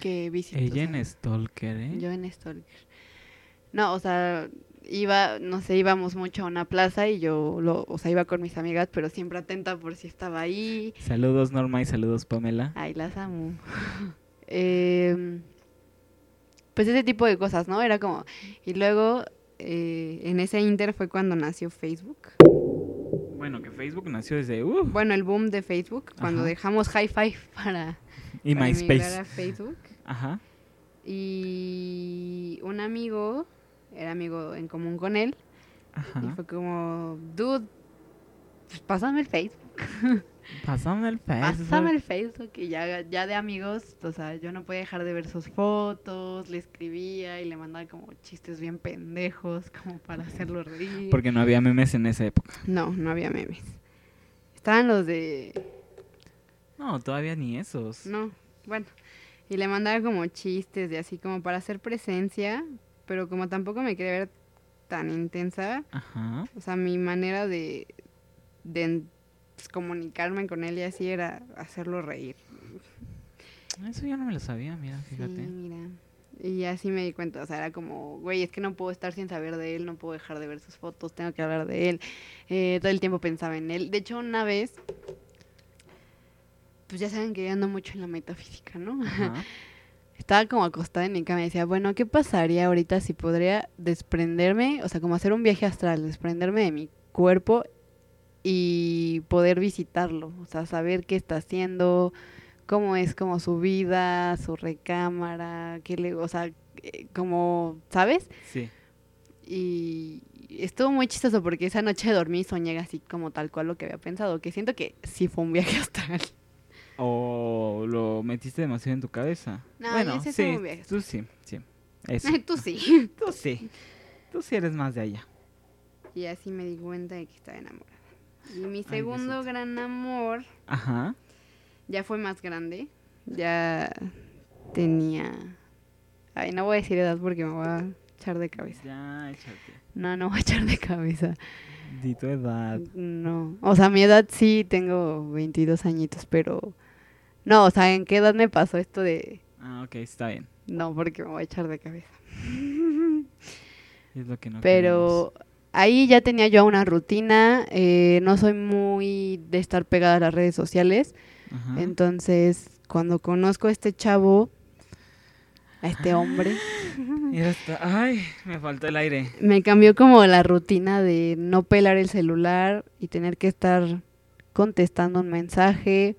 Speaker 2: que visitaba.
Speaker 1: Ella en Stalker, ¿eh?
Speaker 2: Yo en Stalker. No, o sea, iba, no sé, íbamos mucho a una plaza y yo, lo, o sea, iba con mis amigas, pero siempre atenta por si estaba ahí.
Speaker 1: Saludos Norma y saludos Pamela.
Speaker 2: Ay, las amo. Eh, pues ese tipo de cosas, ¿no? Era como... Y luego, eh, en ese inter fue cuando nació Facebook.
Speaker 1: Bueno, que Facebook nació desde... uh,
Speaker 2: Bueno, el boom de Facebook, cuando
Speaker 1: Ajá.
Speaker 2: dejamos High Five para,
Speaker 1: y
Speaker 2: para migrar
Speaker 1: MySpace.
Speaker 2: a Facebook.
Speaker 1: Ajá.
Speaker 2: Y un amigo, era amigo en común con él, y
Speaker 1: Ajá.
Speaker 2: fue como, dude, pues pásame el Facebook.
Speaker 1: Pásame el Facebook.
Speaker 2: Pásame el Facebook y ya, ya de amigos, o sea, yo no podía dejar de ver sus fotos, le escribía y le mandaba como chistes bien pendejos, como para hacerlo reír.
Speaker 1: Porque no había memes en esa época.
Speaker 2: No, no había memes. Estaban los de...
Speaker 1: No, todavía ni esos.
Speaker 2: No, bueno. Y le mandaba como chistes de así como para hacer presencia, pero como tampoco me quería ver tan intensa,
Speaker 1: Ajá.
Speaker 2: o sea, mi manera de, de en- pues, comunicarme con él y así era hacerlo reír.
Speaker 1: Eso ya no me lo sabía, mira, fíjate.
Speaker 2: Sí, mira. Y así me di cuenta, o sea, era como, güey, es que no puedo estar sin saber de él, no puedo dejar de ver sus fotos, tengo que hablar de él. Eh, todo el tiempo pensaba en él. De hecho, una vez, pues ya saben que yo ando mucho en la metafísica, ¿no?
Speaker 1: Ajá.
Speaker 2: Estaba como acostada en mi cama y decía, bueno, ¿qué pasaría ahorita si podría desprenderme, o sea, como hacer un viaje astral, desprenderme de mi cuerpo y poder visitarlo, o sea, saber qué está haciendo, cómo es como su vida, su recámara, qué le, o sea, eh, como, ¿sabes?
Speaker 1: Sí.
Speaker 2: Y estuvo muy chistoso porque esa noche dormí y soñé así como tal cual lo que había pensado, que siento que sí fue un viaje astral.
Speaker 1: O lo metiste demasiado en tu cabeza.
Speaker 2: No,
Speaker 1: bueno,
Speaker 2: yo sí
Speaker 1: sí,
Speaker 2: como vieja.
Speaker 1: tú sí, sí. Eso.
Speaker 2: Tú sí.
Speaker 1: tú sí. Tú sí eres más de allá.
Speaker 2: Y así me di cuenta de que estaba enamorada. Y mi
Speaker 1: Ay,
Speaker 2: segundo
Speaker 1: besito.
Speaker 2: gran amor
Speaker 1: Ajá.
Speaker 2: ya fue más grande. Ya tenía... Ay, no voy a decir edad porque me voy a echar de cabeza.
Speaker 1: Ya, échate.
Speaker 2: No, no voy a echar de cabeza.
Speaker 1: Di tu edad.
Speaker 2: Mm. No. O sea, mi edad sí tengo 22 añitos, pero... No, o sea, ¿en qué edad me pasó esto de...
Speaker 1: Ah, ok, está bien.
Speaker 2: No, porque me voy a echar de cabeza.
Speaker 1: Es lo que no queremos.
Speaker 2: Pero ahí ya tenía yo una rutina. eh, no soy muy de estar pegada a las redes sociales.
Speaker 1: Ajá.
Speaker 2: Entonces, cuando conozco a este chavo, a este hombre,
Speaker 1: Mira, está- Ay, me faltó el aire.
Speaker 2: me cambió como la rutina de no pelar el celular y tener que estar contestando un mensaje.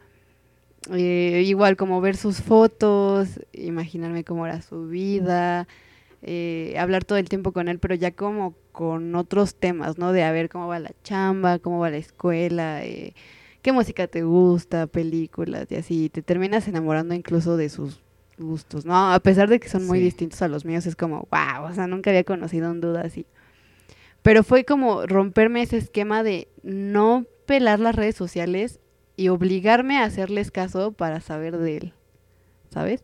Speaker 2: eh, igual como ver sus fotos, imaginarme cómo era su vida, eh, hablar todo el tiempo con él, pero ya como con otros temas, ¿no? De a ver cómo va la chamba, cómo va la escuela, eh, qué música te gusta, películas y así. Te terminas enamorando incluso de sus gustos, ¿no? A pesar de que son muy
Speaker 1: Sí.
Speaker 2: distintos a los míos, es como, wow, o sea, nunca había conocido un duda así. Pero fue como romperme ese esquema de no pelar las redes sociales y obligarme a hacerles caso para saber de él, ¿sabes?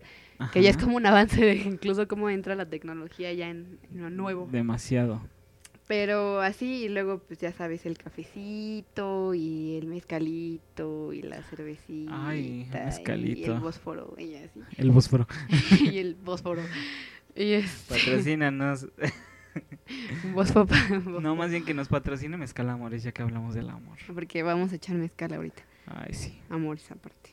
Speaker 2: Que ya es
Speaker 1: Ajá.
Speaker 2: como un avance de incluso cómo entra la tecnología ya en, en lo nuevo.
Speaker 1: Demasiado.
Speaker 2: Pero así, y luego pues ya sabes, el cafecito y el mezcalito y la cervecita. Y
Speaker 1: mezcalito.
Speaker 2: el bósforo y así.
Speaker 1: El bósforo.
Speaker 2: y el bósforo. Y es
Speaker 1: Patrocínanos.
Speaker 2: bósforo. pa-
Speaker 1: No, más bien que nos patrocine Mezcal Amores, ya que hablamos del amor.
Speaker 2: Porque vamos a echar mezcal ahorita.
Speaker 1: Ay, sí.
Speaker 2: Amor esa parte.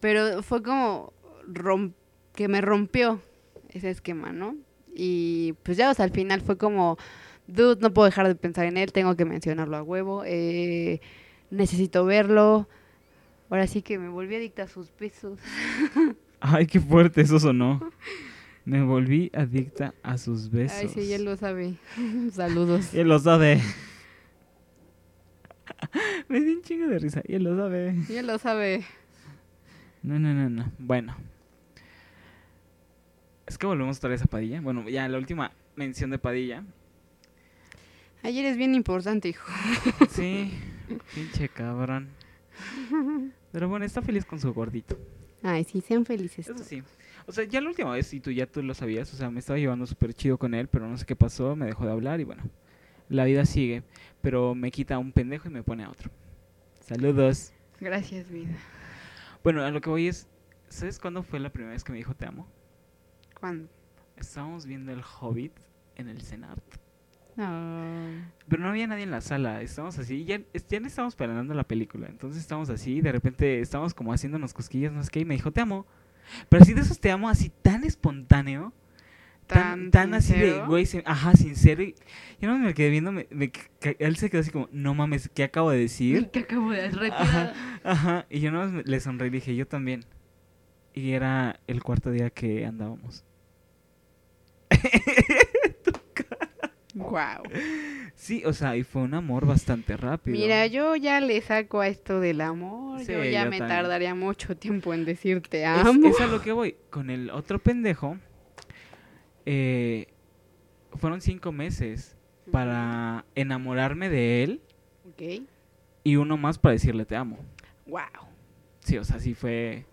Speaker 2: Pero fue como rom- que me rompió ese esquema, ¿no? Y pues ya, o sea, al final fue como, dude, no puedo dejar de pensar en él, tengo que mencionarlo a huevo, eh, necesito verlo. Ahora sí que me volví adicta a sus besos.
Speaker 1: Ay, qué fuerte eso sonó. Me volví adicta a sus besos.
Speaker 2: Ay, sí, ya lo sabe. Saludos.
Speaker 1: Y él lo sabe. Me di un chingo de risa. Y él lo sabe.
Speaker 2: Ya lo sabe.
Speaker 1: No, no, no, no. Bueno. Es que volvemos otra vez a Padilla. Bueno, ya la última mención de Padilla.
Speaker 2: Ayer es bien importante, hijo.
Speaker 1: Sí, pinche cabrón. Pero bueno, está feliz con su gordito.
Speaker 2: Ay, sí, sean felices.
Speaker 1: Eso
Speaker 2: todos.
Speaker 1: sí. O sea, ya la última vez, y tú ya tú lo sabías, o sea, me estaba llevando súper chido con él, pero no sé qué pasó, me dejó de hablar y bueno. La vida sigue, pero me quita a un pendejo y me pone a otro. Saludos.
Speaker 2: Gracias, vida.
Speaker 1: Bueno, a lo que voy es, ¿sabes cuándo fue la primera vez que me dijo te amo?
Speaker 2: ¿Cuándo?
Speaker 1: Estábamos viendo El Hobbit en el Senat.
Speaker 2: No.
Speaker 1: Pero no había nadie en la sala, estábamos así, ya, es- ya no estábamos planeando la película, entonces estábamos así, de repente estábamos como haciéndonos cosquillas, no sé qué, y me dijo, te amo. Pero así de esos te amo, así tan espontáneo, tan, tan así de,
Speaker 2: sincero.
Speaker 1: güey, sin- ajá, sincero, y yo no me quedé viendo, me, me ca- ca- él se quedó así como, no mames, ¿qué acabo de decir?
Speaker 2: Que acabo de
Speaker 1: Ajá,
Speaker 2: retirar.
Speaker 1: ajá, y yo no le sonreí y dije, yo también. Y era el cuarto día que andábamos.
Speaker 2: Wow.
Speaker 1: Sí, o sea, y fue un amor bastante rápido.
Speaker 2: Mira, yo ya le saco a esto del amor.
Speaker 1: Sí,
Speaker 2: yo ya
Speaker 1: yo
Speaker 2: me
Speaker 1: también.
Speaker 2: tardaría mucho tiempo en decir te
Speaker 1: Es-
Speaker 2: amo.
Speaker 1: Es, a lo que voy. Con el otro pendejo, eh, fueron cinco meses para enamorarme de él
Speaker 2: Ok.
Speaker 1: y uno más para decirle te amo.
Speaker 2: Wow.
Speaker 1: Sí, o sea, sí fue,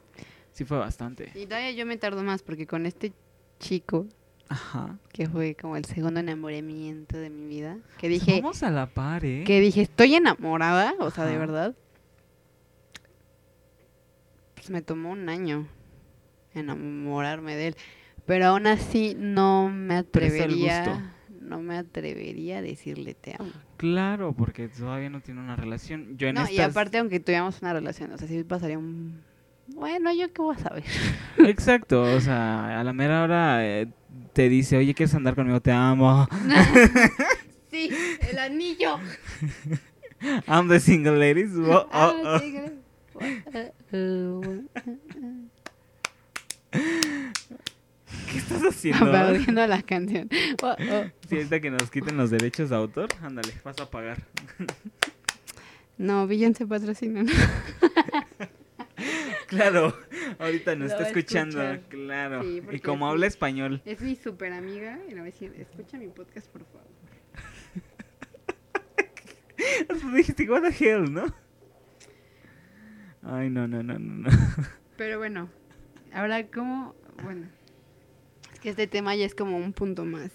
Speaker 1: sí fue bastante.
Speaker 2: Y todavía yo me tardo más porque con este chico,
Speaker 1: Ajá.
Speaker 2: que fue como el segundo enamoramiento de mi vida, que
Speaker 1: O sea,
Speaker 2: dije,
Speaker 1: Pues vamos a la par, ¿eh?
Speaker 2: que dije, estoy enamorada, o sea, de
Speaker 1: Ajá.
Speaker 2: verdad. Pues me tomó un año enamorarme de él, pero aún así no me
Speaker 1: Presta el
Speaker 2: atrevería, no me atrevería a decirle te amo.
Speaker 1: Claro, porque todavía no tiene una relación. Yo en
Speaker 2: No, y
Speaker 1: estas-
Speaker 2: aparte aunque tuviéramos una relación, o sea, sí pasaría un bueno, yo qué voy a saber.
Speaker 1: Exacto, o sea, a la mera hora eh, te dice, oye, ¿quieres andar conmigo? Te amo.
Speaker 2: sí, el anillo.
Speaker 1: I'm the single ladies. Wo-
Speaker 2: Ah,
Speaker 1: oh, oh.
Speaker 2: sí, claro. Uh,
Speaker 1: ¿Qué estás haciendo?
Speaker 2: Aplaudiendo la canción. Oh, oh.
Speaker 1: Sí, ahorita que nos quiten los derechos de autor, ándale, vas a pagar.
Speaker 2: No, Beyoncé patrocina. ¿no?
Speaker 1: Claro, ahorita nos
Speaker 2: Lo
Speaker 1: está
Speaker 2: va a
Speaker 1: escuchando,
Speaker 2: escuchar.
Speaker 1: claro.
Speaker 2: Sí,
Speaker 1: y
Speaker 2: porque
Speaker 1: como
Speaker 2: es-
Speaker 1: habla español,
Speaker 2: Es mi super amiga y le voy a decir, escucha mi podcast, por favor.
Speaker 1: dijiste, what the hell, ¿no? Ay, no, no, no, no, no.
Speaker 2: Pero bueno, ahora cómo, bueno, es que este tema ya es como un punto más.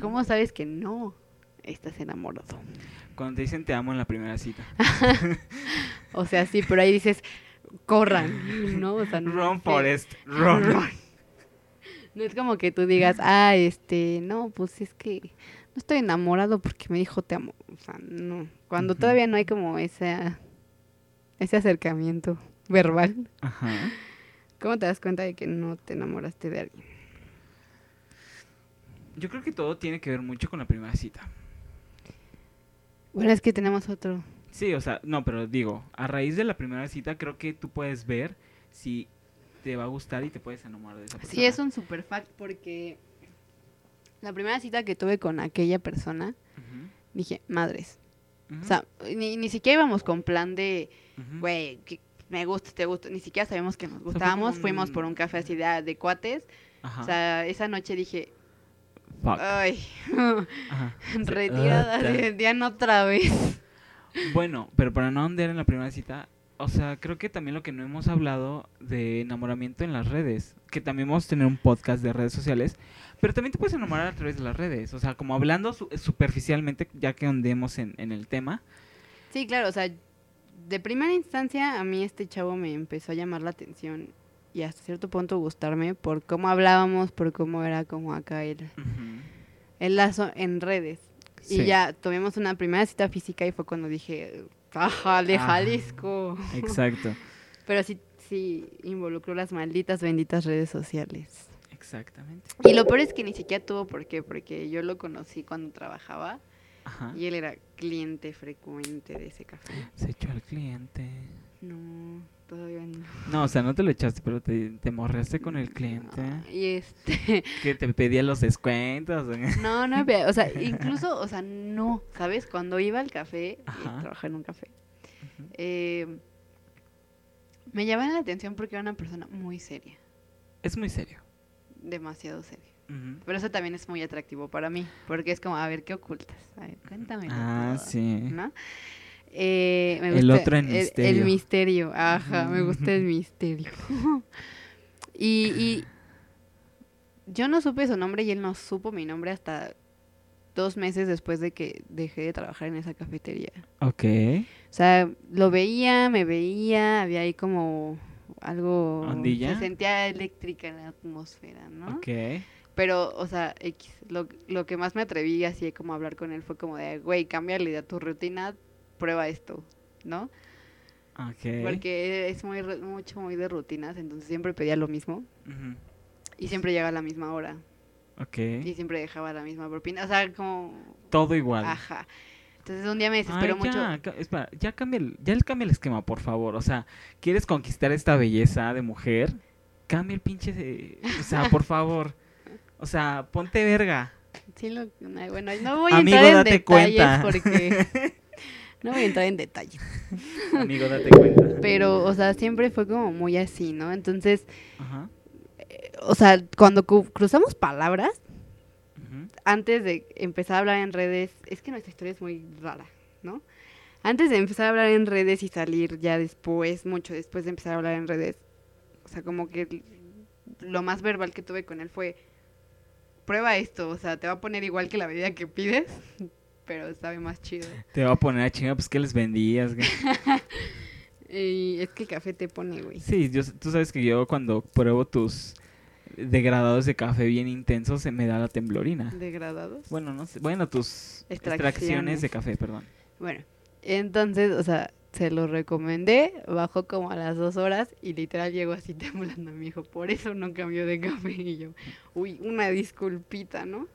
Speaker 2: ¿Cómo sabes que no estás enamorado?
Speaker 1: Cuando te dicen te amo en la primera cita.
Speaker 2: Ah, O sea, sí, pero ahí dices, corran, ¿no? O sea, no,
Speaker 1: Run,
Speaker 2: sí.
Speaker 1: Forest, run.
Speaker 2: Run. No es como que tú digas, ah, este, no, pues es que no estoy enamorado porque me dijo te amo. O sea, no. Cuando
Speaker 1: Ujú.
Speaker 2: todavía no hay como esa, ese acercamiento verbal,
Speaker 1: Ajá.
Speaker 2: ¿cómo te das cuenta de que no te enamoraste de alguien?
Speaker 1: Yo creo que todo tiene que ver mucho con la primera cita.
Speaker 2: Bueno, es que tenemos otro.
Speaker 1: Sí, o sea, no, pero digo, a raíz de la primera cita creo que tú puedes ver si te va a gustar y te puedes enamorar de esa persona.
Speaker 2: Sí, es un super fact porque la primera cita que tuve con aquella persona,
Speaker 1: Ujú,
Speaker 2: dije, madres.
Speaker 1: ujú,
Speaker 2: O sea, ni, ni siquiera íbamos con plan de,
Speaker 1: ujú.
Speaker 2: güey, que me gusta, te gusta. Ni siquiera sabíamos que nos
Speaker 1: fue
Speaker 2: gustábamos.
Speaker 1: como
Speaker 2: Fuimos
Speaker 1: un-
Speaker 2: por un café así de, ah, de cuates.
Speaker 1: Ajá.
Speaker 2: O sea, ah, esa noche dije,
Speaker 1: Fuck.
Speaker 2: ay,
Speaker 1: Ajá.
Speaker 2: retirada,
Speaker 1: Ota.
Speaker 2: Diana otra vez.
Speaker 1: Bueno, pero para no andar en la primera cita, o sea, creo que también lo que no hemos hablado de enamoramiento en las redes, que también vamos a tener un podcast de redes sociales, pero también te puedes enamorar a través de las redes, o sea, como hablando su- superficialmente, ya que andemos en, en el tema.
Speaker 2: Sí, claro, o sea, de primera instancia a mí este chavo me empezó a llamar la atención y hasta cierto punto gustarme por cómo hablábamos, por cómo era como acá el, el lazo en redes.
Speaker 1: Sí,
Speaker 2: Y ya tuvimos una primera cita física y fue cuando dije, ajá, de
Speaker 1: Ah.
Speaker 2: Jalisco.
Speaker 1: Exacto,
Speaker 2: Pero sí, sí, involucró las malditas, benditas redes sociales.
Speaker 1: exactamente.
Speaker 2: Y lo peor es que ni siquiera tuvo por qué, porque yo lo conocí cuando trabajaba.
Speaker 1: Ajá.
Speaker 2: Y él era cliente frecuente de ese café.
Speaker 1: Se echó al cliente.
Speaker 2: No, todavía no.
Speaker 1: No, o sea, no te lo echaste, pero te, te morreaste con el cliente.
Speaker 2: No, y este,
Speaker 1: Que te pedía los descuentos.
Speaker 2: no, no, había- o sea, incluso, o sea, no, ¿sabes? Cuando iba al café,
Speaker 1: Ajá.
Speaker 2: y trabajaba en un café,
Speaker 1: Ujú.
Speaker 2: eh, me llamaba la atención porque era una persona muy seria,
Speaker 1: Es muy serio.
Speaker 2: demasiado seria.
Speaker 1: Ujú.
Speaker 2: Pero eso también es muy atractivo para mí, porque es como, a ver, ¿qué ocultas? A ver, cuéntame.
Speaker 1: Ah, sí.
Speaker 2: ¿no? Eh, me
Speaker 1: El
Speaker 2: gusta
Speaker 1: otro en
Speaker 2: el- El,
Speaker 1: misterio.
Speaker 2: misterio, ajá, me gusta el misterio. y, y yo no supe su nombre y él no supo mi nombre hasta dos meses después de que dejé de trabajar en esa cafetería.
Speaker 1: Ok.
Speaker 2: O sea, lo veía, me veía, había ahí como algo...
Speaker 1: ¿Ondilla?
Speaker 2: Se sentía eléctrica en la atmósfera, ¿no?
Speaker 1: Ok.
Speaker 2: Pero, o sea, X, lo, lo que más me atreví así como a hablar con él fue como de, güey, cámbiale de tu rutina, prueba esto, ¿no?
Speaker 1: Ok.
Speaker 2: Porque es muy, ru- mucho, muy de rutinas, entonces siempre pedía lo mismo
Speaker 1: Ujú,
Speaker 2: y siempre llegaba a la misma hora
Speaker 1: Ok.
Speaker 2: y siempre dejaba la misma propina, o sea, como,
Speaker 1: Todo igual.
Speaker 2: ajá. Entonces un día me
Speaker 1: Ay,
Speaker 2: desesperó mucho.
Speaker 1: ya, ca- espera, ya cambia, el, ya el- cambia el esquema, por favor. O sea, ¿quieres conquistar esta belleza de mujer? Cambia el pinche de- O sea, por favor. O sea, ponte verga.
Speaker 2: Sí, lo, no, bueno, no voy a
Speaker 1: Amigo,
Speaker 2: entrar en
Speaker 1: date
Speaker 2: detalles
Speaker 1: cuenta.
Speaker 2: porque no voy a entrar en detalles.
Speaker 1: Amigo, date cuenta.
Speaker 2: Pero, o sea, siempre fue como muy así, ¿no? Entonces,
Speaker 1: Ajá.
Speaker 2: o sea, cuando cu- cruzamos palabras,
Speaker 1: ujú,
Speaker 2: antes de empezar a hablar en redes, es que nuestra historia es muy rara, ¿no? Antes de empezar a hablar en redes y salir ya después, mucho después de empezar a hablar en redes, o sea, como que lo más verbal que tuve con él fue, prueba esto, o sea, te va a poner igual que la bebida que pides, pero sabe más chido.
Speaker 1: Te voy a poner a chinga, pues que les vendías. güey?
Speaker 2: Y es que el café te pone, güey.
Speaker 1: Sí, yo, tú sabes que yo cuando pruebo tus degradados de café bien intensos, se me da la temblorina.
Speaker 2: Degradados.
Speaker 1: Bueno, no sé. Bueno, tus
Speaker 2: Mm. Extracciones.
Speaker 1: extracciones de café, perdón.
Speaker 2: Bueno, entonces, o sea, se lo recomendé, bajó como a las dos horas y literal llegó así temblando. Me dijo, por eso no cambió de café. Y yo, uy, una disculpita, ¿no?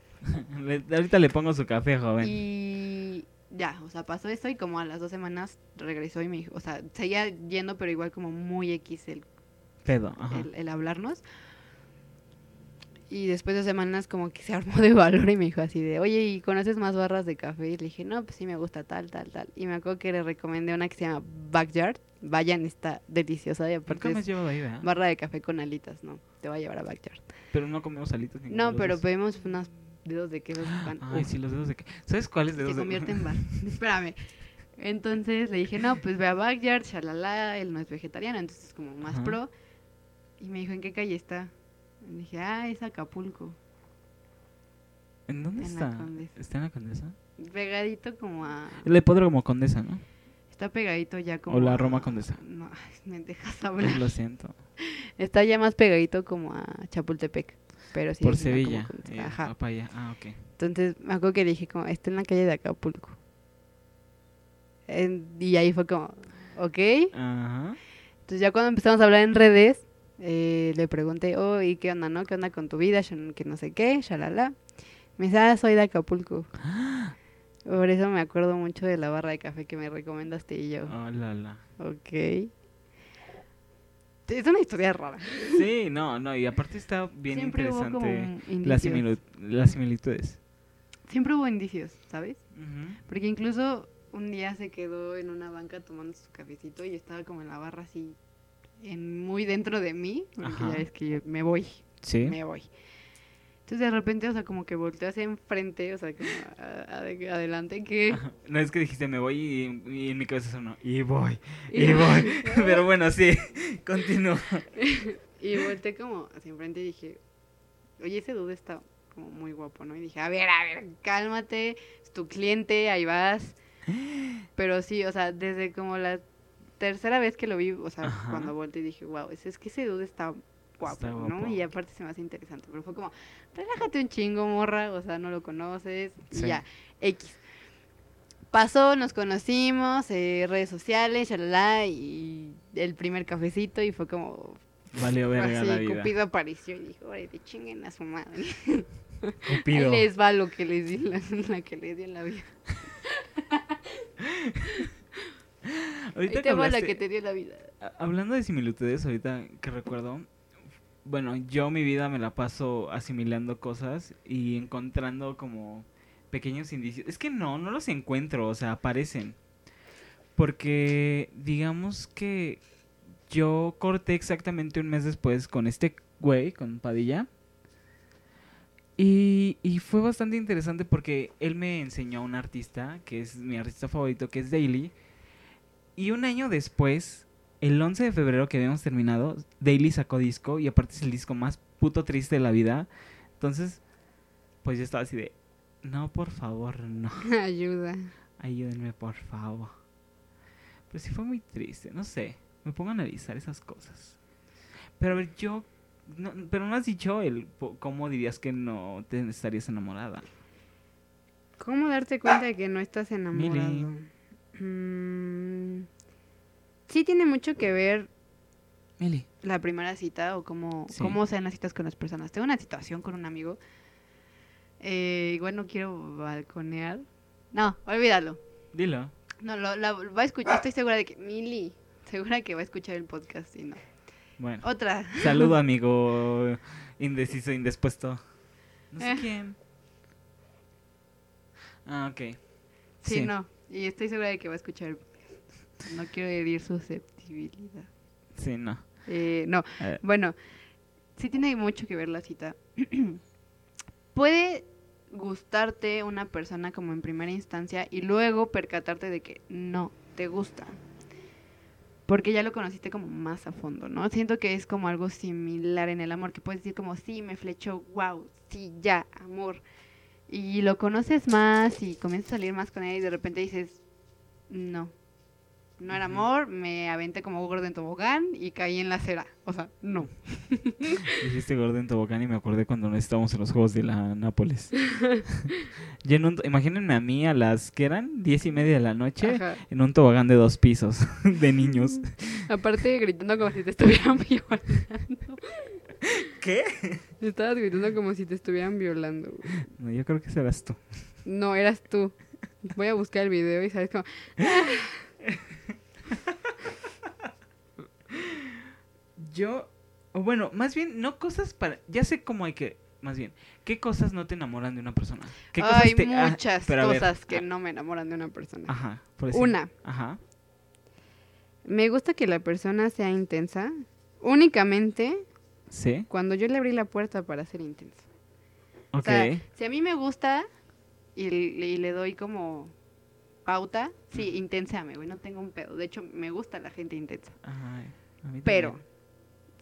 Speaker 1: Le- ahorita le pongo su café, joven.
Speaker 2: Y ya, o sea, pasó eso y como a las dos semanas regresó y me dijo, o sea, seguía yendo, pero igual como muy X el
Speaker 1: Pedo. Ajá.
Speaker 2: el, el hablarnos. Y después de semanas como que se armó de valor y me dijo así de, oye, ¿y conoces más barras de café? Y le dije, no, pues sí me gusta tal, tal, tal. Y me acuerdo que le recomendé una que se llama Backyard. Vayan, está deliciosa y
Speaker 1: Nunca
Speaker 2: aparte
Speaker 1: me
Speaker 2: es
Speaker 1: has llevado ahí, ¿verdad?
Speaker 2: barra de café con alitas, ¿no? Te va a llevar a Backyard.
Speaker 1: Pero no comemos salitas ninguno de
Speaker 2: No,
Speaker 1: los
Speaker 2: pero
Speaker 1: dos.
Speaker 2: pedimos unos dedos de queso. que van-
Speaker 1: Ay,
Speaker 2: uf,
Speaker 1: sí, los dedos de... que- ¿Sabes cuáles dedos
Speaker 2: se
Speaker 1: de...?
Speaker 2: convierte en bar. Espérame. Entonces le dije, no, pues ve a Backyard, shalala, él no es vegetariano, entonces es como más
Speaker 1: Ajá.
Speaker 2: pro. Y me dijo, ¿en qué calle está? Y dije, ah, es Acapulco.
Speaker 1: ¿En dónde
Speaker 2: en la
Speaker 1: está?
Speaker 2: Condesa.
Speaker 1: ¿Está en la Condesa?
Speaker 2: Pegadito como a.
Speaker 1: El hipódromo Condesa, ¿no?
Speaker 2: Está pegadito ya como.
Speaker 1: O la
Speaker 2: a-
Speaker 1: Roma Condesa.
Speaker 2: No, ay, me dejas
Speaker 1: Ay,
Speaker 2: hablar.
Speaker 1: Pues Lo siento.
Speaker 2: Está ya más pegadito como a Chapultepec. Pero sí.
Speaker 1: Por
Speaker 2: es la como
Speaker 1: Sevilla.
Speaker 2: con-
Speaker 1: eh,
Speaker 2: Ajá.
Speaker 1: va pa' allá. Ah, ok.
Speaker 2: Entonces me acuerdo que le dije, como, está en la calle de Acapulco. En- y ahí fue como, ok.
Speaker 1: Ajá.
Speaker 2: Entonces ya cuando empezamos a hablar en redes, eh, le pregunté, oh, ¿y qué onda, no? ¿Qué onda con tu vida? Yo no- que no sé qué, shalala. Me dice, ah, soy de Acapulco. Por eso me acuerdo mucho de la barra de café que me recomendaste y yo,
Speaker 1: Oh, la, la.
Speaker 2: ok. Es una historia rara.
Speaker 1: Sí, no, no. Y aparte está bien
Speaker 2: Siempre hubo como
Speaker 1: interesante
Speaker 2: indicios.
Speaker 1: las, simili- las similitudes.
Speaker 2: Siempre hubo indicios, ¿sabes?
Speaker 1: Ujú.
Speaker 2: Porque incluso un día se quedó en una banca tomando su cafecito y estaba como en la barra así, en, muy dentro de mí, porque
Speaker 1: Ajá.
Speaker 2: ya ves que yo me voy.
Speaker 1: Sí.
Speaker 2: me voy. Entonces de repente, o sea, como que volteó hacia enfrente, o sea, como a- ade- adelante, que...
Speaker 1: Ajá. No es que dijiste me voy y, y en mi cabeza sonó y voy, y voy. Pero bueno, sí, continúa.
Speaker 2: Y volteé como hacia enfrente y dije, oye, ese dude está como muy guapo, ¿no? Y dije, a ver, a ver, cálmate, es tu cliente, ahí vas. Pero sí, o sea, desde como la tercera vez que lo vi, o sea,
Speaker 1: Ajá.
Speaker 2: cuando volteé dije, wow, es, es que ese dude está guapo,
Speaker 1: Está
Speaker 2: ¿no?
Speaker 1: guapo.
Speaker 2: Y aparte se me hace interesante, pero fue como, relájate un chingo, morra, o sea, no lo conoces,
Speaker 1: Sí.
Speaker 2: y ya, X. Pasó, nos conocimos, eh, redes sociales, shalala, y el primer cafecito, y fue como,
Speaker 1: Valió verga
Speaker 2: Así,
Speaker 1: la vida.
Speaker 2: Cupido apareció y dijo, órale, chinguen a su madre. Ahí
Speaker 1: Cupido.
Speaker 2: les va lo que les di, la, la que les di en la vida. Ahí
Speaker 1: Ahorita que
Speaker 2: te va la
Speaker 1: hablaste-
Speaker 2: que te dio la vida.
Speaker 1: a- Hablando de similitudes, ahorita que recuerdo, bueno, yo mi vida me la paso asimilando cosas y encontrando como pequeños indicios. Es que no, no los encuentro, o sea, aparecen. Porque digamos que yo corté exactamente un mes después con este güey, con Padilla. Y, y fue bastante interesante porque él me enseñó a un artista, que es mi artista favorito, que es Daily. Y un año después, el 11 de febrero que habíamos terminado, Daily sacó disco y aparte es el disco más puto triste de la vida. Entonces, pues yo estaba así de, No, por favor, no.
Speaker 2: Ayuda.
Speaker 1: Ayúdenme, por favor. Pero sí fue muy triste, no sé. Me pongo a analizar esas cosas. Pero a ver, yo... no- pero no has dicho el po- cómo dirías que no te estarías enamorada.
Speaker 2: ¿Cómo darte cuenta de que no estás enamorado?
Speaker 1: Mili.
Speaker 2: Mm, sí tiene mucho que ver
Speaker 1: Meli.
Speaker 2: la primera cita o cómo,
Speaker 1: Sí.
Speaker 2: cómo sean las citas con las personas. Tengo una situación con un amigo. Eh, igual no quiero balconear. No, olvídalo.
Speaker 1: Dilo.
Speaker 2: No, lo, la- va a escuchar. Estoy segura de que... Mili, segura que va a escuchar el podcast y no.
Speaker 1: Bueno.
Speaker 2: Otra.
Speaker 1: Saludo, amigo indeciso, indispuesto. No sé
Speaker 2: Eh.
Speaker 1: quién. Ah, ok.
Speaker 2: Sí, no. Y estoy segura de que va a escuchar el podcast. No quiero herir susceptibilidad.
Speaker 1: Sí, no.
Speaker 2: Eh, no,
Speaker 1: Eh.
Speaker 2: bueno, sí tiene mucho que ver la cita. Puede gustarte una persona como en primera instancia y luego percatarte de que no te gusta. Porque ya lo conociste como más a fondo, ¿no? Siento que es como algo similar en el amor, que puedes decir como, sí, me flechó, wow, sí, ya, amor. Y lo conoces más y comienzas a salir más con él y de repente dices, no, no era
Speaker 1: Ujú.
Speaker 2: amor, me aventé como gordo en tobogán y caí en la acera. O sea, no.
Speaker 1: Dijiste gordo en tobogán y me acordé cuando no estábamos en los Juegos de la Nápoles. Yo en un- imagínenme a mí a las que eran diez y media de la noche
Speaker 2: Ajá.
Speaker 1: en un tobogán de dos pisos de niños.
Speaker 2: Aparte gritando como si te estuvieran violando.
Speaker 1: ¿Qué?
Speaker 2: Estabas gritando como si te estuvieran violando. güey.
Speaker 1: No, yo creo que serás tú.
Speaker 2: No, eras tú. Voy a buscar el video y sabes como...
Speaker 1: Yo, o bueno, más bien no cosas para, ya sé cómo hay que, más bien, ¿qué cosas no te enamoran de una persona? ¿Qué cosas
Speaker 2: Hay
Speaker 1: te- ah,
Speaker 2: muchas
Speaker 1: pero a ver,
Speaker 2: cosas que
Speaker 1: ah, pues
Speaker 2: no me enamoran de una persona.
Speaker 1: Ajá, por decir-
Speaker 2: Una,
Speaker 1: Ajá.
Speaker 2: me gusta que la persona sea intensa únicamente
Speaker 1: Sí.
Speaker 2: cuando yo le abrí la puerta para ser intensa.
Speaker 1: Ok.
Speaker 2: O sea, si a mí me gusta y, le- y le doy como pauta, sí, intenséame, güey, no tengo un pedo. De hecho, me gusta la gente intensa.
Speaker 1: Ay, a mí
Speaker 2: Pero
Speaker 1: también.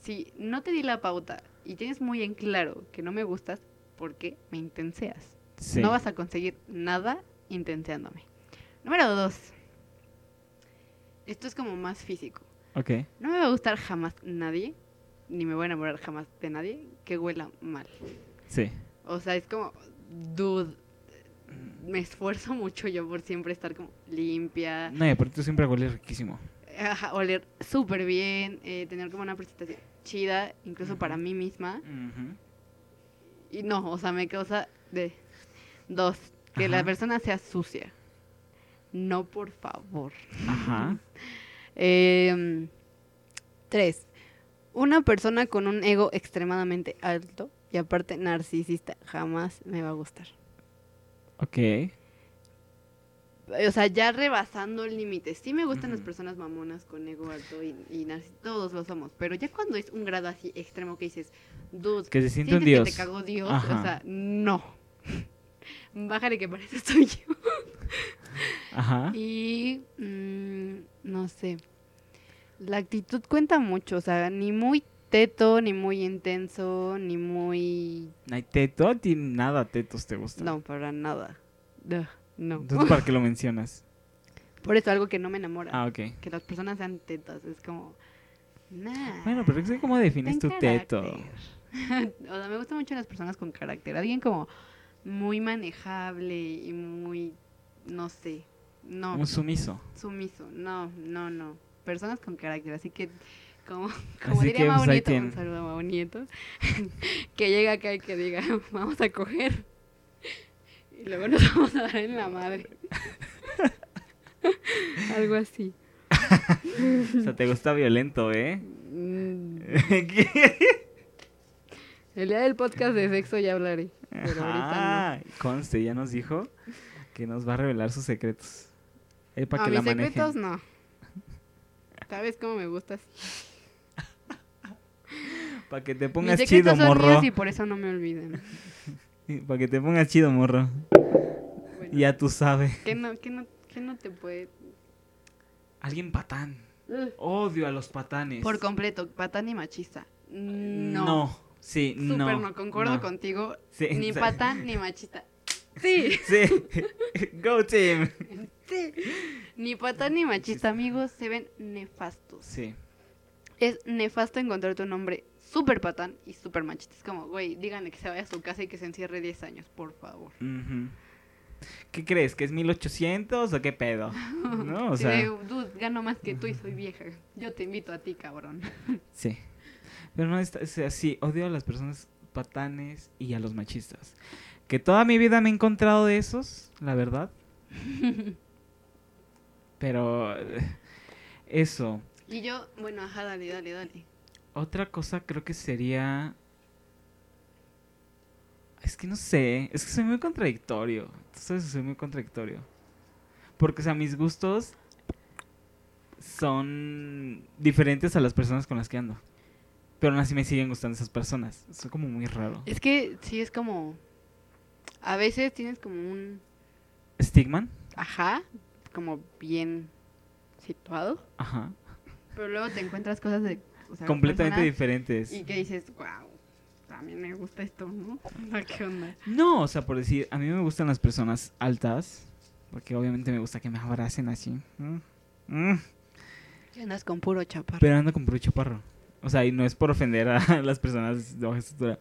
Speaker 2: si no te di la pauta y tienes muy en claro que no me gustas, ¿por qué me intenseas?
Speaker 1: Sí.
Speaker 2: No vas a conseguir nada intenseándome. Número dos. Esto es como más físico.
Speaker 1: Ok.
Speaker 2: No me va a gustar jamás nadie, ni me voy a enamorar jamás de nadie, que huela mal.
Speaker 1: Sí.
Speaker 2: O sea, es como, dude, me esfuerzo mucho yo por siempre estar como limpia, eh,
Speaker 1: No, y aparte tú siempre hueles riquísimo.
Speaker 2: ajá, oler súper bien, eh, tener como una presentación chida, incluso para
Speaker 1: Ujú.
Speaker 2: mí misma.
Speaker 1: Ujú.
Speaker 2: Y no, o sea, me causa de dos, que la
Speaker 1: Ajá.
Speaker 2: persona sea sucia. No, por favor.
Speaker 1: Ajá.
Speaker 2: Em, tres, una persona con un ego extremadamente alto y aparte narcisista jamás me va a gustar.
Speaker 1: Ok.
Speaker 2: O sea, ya rebasando el límite. Sí me gustan las
Speaker 1: Ujú.
Speaker 2: personas mamonas con ego alto y, y narcis- todos lo somos, pero ya cuando es un grado así extremo que dices, dude,
Speaker 1: Que se siente un
Speaker 2: sientes
Speaker 1: dios.
Speaker 2: que te cagó Dios,
Speaker 1: Ajá.
Speaker 2: o sea, no. Bájale que para eso estoy yo.
Speaker 1: Ajá.
Speaker 2: Y mm, no sé. La actitud cuenta mucho, o sea, ni muy teto, ni muy intenso, ni muy
Speaker 1: No hay teto, a ti nada tetos te gusta.
Speaker 2: no para nada. Ugh, no.
Speaker 1: Entonces, ¿para qué lo mencionas?
Speaker 2: Por eso algo que no me enamora.
Speaker 1: Ah, ok.
Speaker 2: que las personas sean tetas. Es como. Nah,
Speaker 1: Bueno, pero es que cómo defines
Speaker 2: ten
Speaker 1: tu teto.
Speaker 2: carácter. o sea, me gustan mucho las personas con carácter. Alguien como muy manejable y muy. No sé. No,
Speaker 1: Un sumiso.
Speaker 2: sumiso. No, no, no. Personas con carácter. Así que. Como, como
Speaker 1: Así
Speaker 2: diría
Speaker 1: que,
Speaker 2: Mau
Speaker 1: pues, ahí
Speaker 2: Nieto, un
Speaker 1: tiene.
Speaker 2: saludo a Mau Nieto, que llega acá y que diga, vamos a coger, y luego nos vamos a dar en la madre. Algo así.
Speaker 1: O sea, te gusta violento, ¿eh?
Speaker 2: Mm,
Speaker 1: ¿Qué?
Speaker 2: El día del podcast de sexo ya hablaré. Pero ahorita
Speaker 1: Ajá. Conste, ya nos dijo que nos va a revelar sus secretos. Eh,
Speaker 2: no.
Speaker 1: para
Speaker 2: A
Speaker 1: que
Speaker 2: mis
Speaker 1: la manejen.
Speaker 2: secretos no. ¿Sabes cómo me gustas?
Speaker 1: Para que te pongas
Speaker 2: mis
Speaker 1: chido,
Speaker 2: secretos son
Speaker 1: morro.
Speaker 2: míos y por eso no me olvidan.
Speaker 1: Para que te pongas chido, morro.
Speaker 2: Bueno,
Speaker 1: Ya tú sabes.
Speaker 2: ¿qué no, qué no, qué no te puede...?
Speaker 1: Alguien patán. Odio a los patanes.
Speaker 2: Por completo, patán y machista. No.
Speaker 1: Mm, No. Sí, no.
Speaker 2: Súper no, concuerdo
Speaker 1: no.
Speaker 2: contigo.
Speaker 1: Sí,
Speaker 2: Ni
Speaker 1: o sea,
Speaker 2: patán ni machista. Sí,
Speaker 1: Sí. Go team.
Speaker 2: sí. Ni patán ni machista, amigos, se ven nefastos.
Speaker 1: Sí.
Speaker 2: Es nefasto encontrar tu nombre súper patán y súper machista. Es como, güey, díganle que se vaya a su casa y que se encierre 10 años, por favor.
Speaker 1: Ujú. ¿Qué crees? ¿Que es 1800 o qué pedo? No, o
Speaker 2: Sí,
Speaker 1: sea,
Speaker 2: de, "Dude, gano más que tú y soy vieja. Yo te invito a ti, cabrón.
Speaker 1: sí. Pero no, está, o sea, sí, odio a las personas patanes y a los machistas. Que toda mi vida me he encontrado de esos, la verdad. Pero eh, eso.
Speaker 2: Y yo, bueno, ajá, dale, dale, dale.
Speaker 1: Otra cosa creo que sería... Es que no sé, es que soy muy contradictorio. Tú sabes que soy muy contradictorio. Porque, o sea, mis gustos son diferentes a las personas con las que ando. Pero aún así me siguen gustando esas personas. Es como muy raro.
Speaker 2: Es que sí es como. A veces tienes como un
Speaker 1: ¿Stigman?
Speaker 2: ajá, como bien situado,
Speaker 1: Ajá.
Speaker 2: pero luego te encuentras cosas de. o sea,
Speaker 1: Completamente
Speaker 2: personas
Speaker 1: diferentes.
Speaker 2: Y que dices, wow, también me gusta esto, ¿no? Ah, ¿Qué onda?
Speaker 1: No, o sea, por decir, a mí me gustan las personas altas. Porque obviamente me gusta que me abracen así. Mm, mm.
Speaker 2: Y andas con puro chaparro.
Speaker 1: Pero ando con puro chaparro. O sea, y no es por ofender a las personas de baja estatura.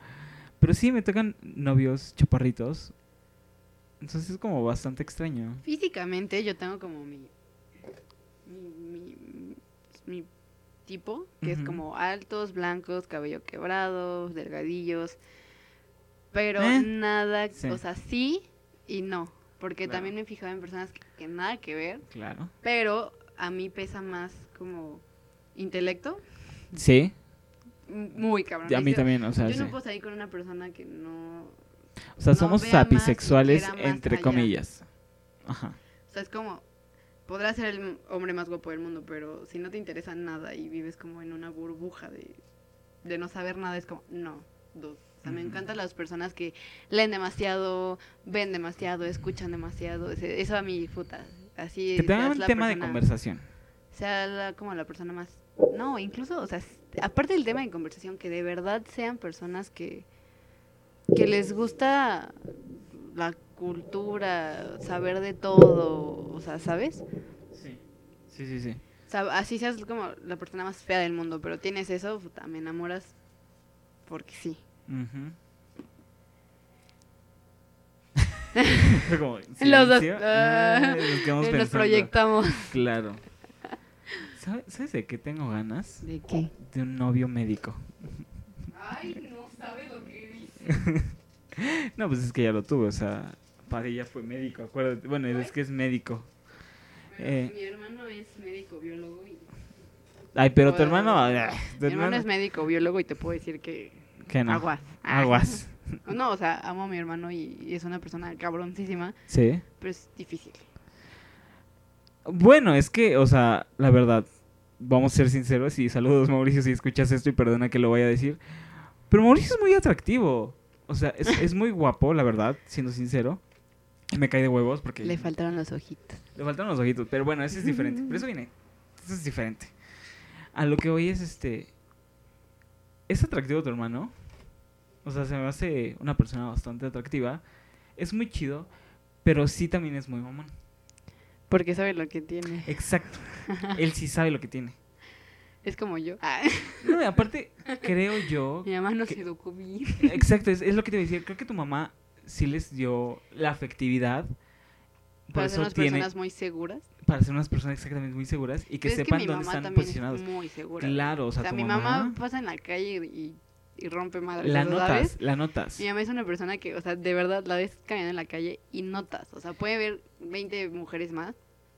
Speaker 1: Pero sí, me tocan novios chaparritos. Entonces es como bastante extraño.
Speaker 2: Físicamente yo tengo como mi. mi, mi, mi tipo, que es
Speaker 1: Ujú.
Speaker 2: como altos, blancos, cabello quebrado, delgadillos. Pero
Speaker 1: ¿Eh?
Speaker 2: nada,
Speaker 1: Sí.
Speaker 2: o sea, sí y no. Porque
Speaker 1: Claro.
Speaker 2: también me he fijado en personas que- que nada que ver.
Speaker 1: Claro.
Speaker 2: Pero a mí pesa más como intelecto.
Speaker 1: Sí,
Speaker 2: m- Muy cabrón.
Speaker 1: a mí
Speaker 2: Yo-
Speaker 1: también, o sea,
Speaker 2: Yo
Speaker 1: sí.
Speaker 2: no puedo salir con una persona que no.
Speaker 1: O sea,
Speaker 2: no
Speaker 1: somos
Speaker 2: vea más y
Speaker 1: sapisexuales,
Speaker 2: quiera más
Speaker 1: entre
Speaker 2: allá.
Speaker 1: comillas. Ajá.
Speaker 2: O sea, es como. Podrás ser el m- hombre más guapo del mundo, pero si no te interesa nada y vives como en una burbuja de, de no saber nada, es como. No, dude. O sea, me
Speaker 1: Ujú.
Speaker 2: encantan las personas que leen demasiado, ven demasiado, escuchan demasiado. ese- Eso a mí, puta. Así
Speaker 1: Que tengan
Speaker 2: seas
Speaker 1: un
Speaker 2: la
Speaker 1: tema de
Speaker 2: persona-
Speaker 1: conversación.
Speaker 2: sea la- como la persona más... No, incluso, o sea, s- aparte del tema de conversación, que de verdad sean personas que, que les gusta la cultura, saber de todo, o sea, ¿sabes?
Speaker 1: Sí, sí, sí. sí.
Speaker 2: O sea, así seas como la persona más fea del mundo, pero tienes eso, puta, me enamoras porque sí.
Speaker 1: Fue como
Speaker 2: Los dos,
Speaker 1: silencio.
Speaker 2: ah,
Speaker 1: Ah, nos quedamos
Speaker 2: Nos
Speaker 1: pensando.
Speaker 2: proyectamos.
Speaker 1: Claro. ¿Sabe- ¿Sabes de qué tengo ganas?
Speaker 2: ¿De qué?
Speaker 1: De un novio médico.
Speaker 2: Ay, no sabes lo que dice.
Speaker 1: No, pues es que ya lo tuve, o sea, padre ya fue médico, acuérdate. Bueno, es que es médico. Eh.
Speaker 2: Mi hermano es médico biólogo y...
Speaker 1: Ay, pero tu
Speaker 2: Bueno,
Speaker 1: hermano. ah, tu
Speaker 2: Mi hermano es
Speaker 1: hermano-
Speaker 2: médico biólogo y te puedo decir que...
Speaker 1: que no.
Speaker 2: Aguas.
Speaker 1: ah,
Speaker 2: Ah,
Speaker 1: Aguas.
Speaker 2: No, o sea, amo a mi hermano y, y es una persona cabroncísima,
Speaker 1: Sí.
Speaker 2: pero es difícil.
Speaker 1: Bueno, es que, o sea, la verdad, vamos a ser sinceros y saludos Mauricio si escuchas esto y perdona que lo vaya a decir. Pero Mauricio es muy atractivo. O sea, es, es muy guapo, la verdad, siendo sincero. Me cae de huevos porque
Speaker 2: Le faltaron los ojitos.
Speaker 1: le faltan los ojitos. Pero bueno, ese es diferente. Pero eso viene. Eso es diferente. A lo que voy es este. ¿Es atractivo tu hermano? O sea, se me hace una persona bastante atractiva. Es muy chido, pero sí también es muy mamón.
Speaker 2: Porque sabe lo que tiene.
Speaker 1: Exacto. Él sí sabe lo que tiene.
Speaker 2: Es como yo. Ah,
Speaker 1: No, y aparte, creo yo.
Speaker 2: mi mamá nos
Speaker 1: ¿Qué?
Speaker 2: educó bien.
Speaker 1: Exacto, es, es lo que te iba a decir. Creo que tu mamá sí les dio la afectividad. Por
Speaker 2: Para ser
Speaker 1: eso
Speaker 2: unas
Speaker 1: tiene.
Speaker 2: personas muy seguras.
Speaker 1: Para ser unas personas exactamente muy seguras y que
Speaker 2: Pero es
Speaker 1: sepan
Speaker 2: mi
Speaker 1: dónde
Speaker 2: mamá
Speaker 1: están
Speaker 2: también
Speaker 1: posicionados.
Speaker 2: Es muy segura.
Speaker 1: Claro, o
Speaker 2: O
Speaker 1: sea,
Speaker 2: sea,
Speaker 1: tu
Speaker 2: mi mamá,
Speaker 1: mamá.
Speaker 2: pasa en la calle y, y rompe madre.
Speaker 1: La
Speaker 2: ¿sabes?
Speaker 1: notas, la notas.
Speaker 2: Mi mamá es una persona que, o sea, de verdad la ves caminando en la calle y notas. O sea, puede ver 20 mujeres más,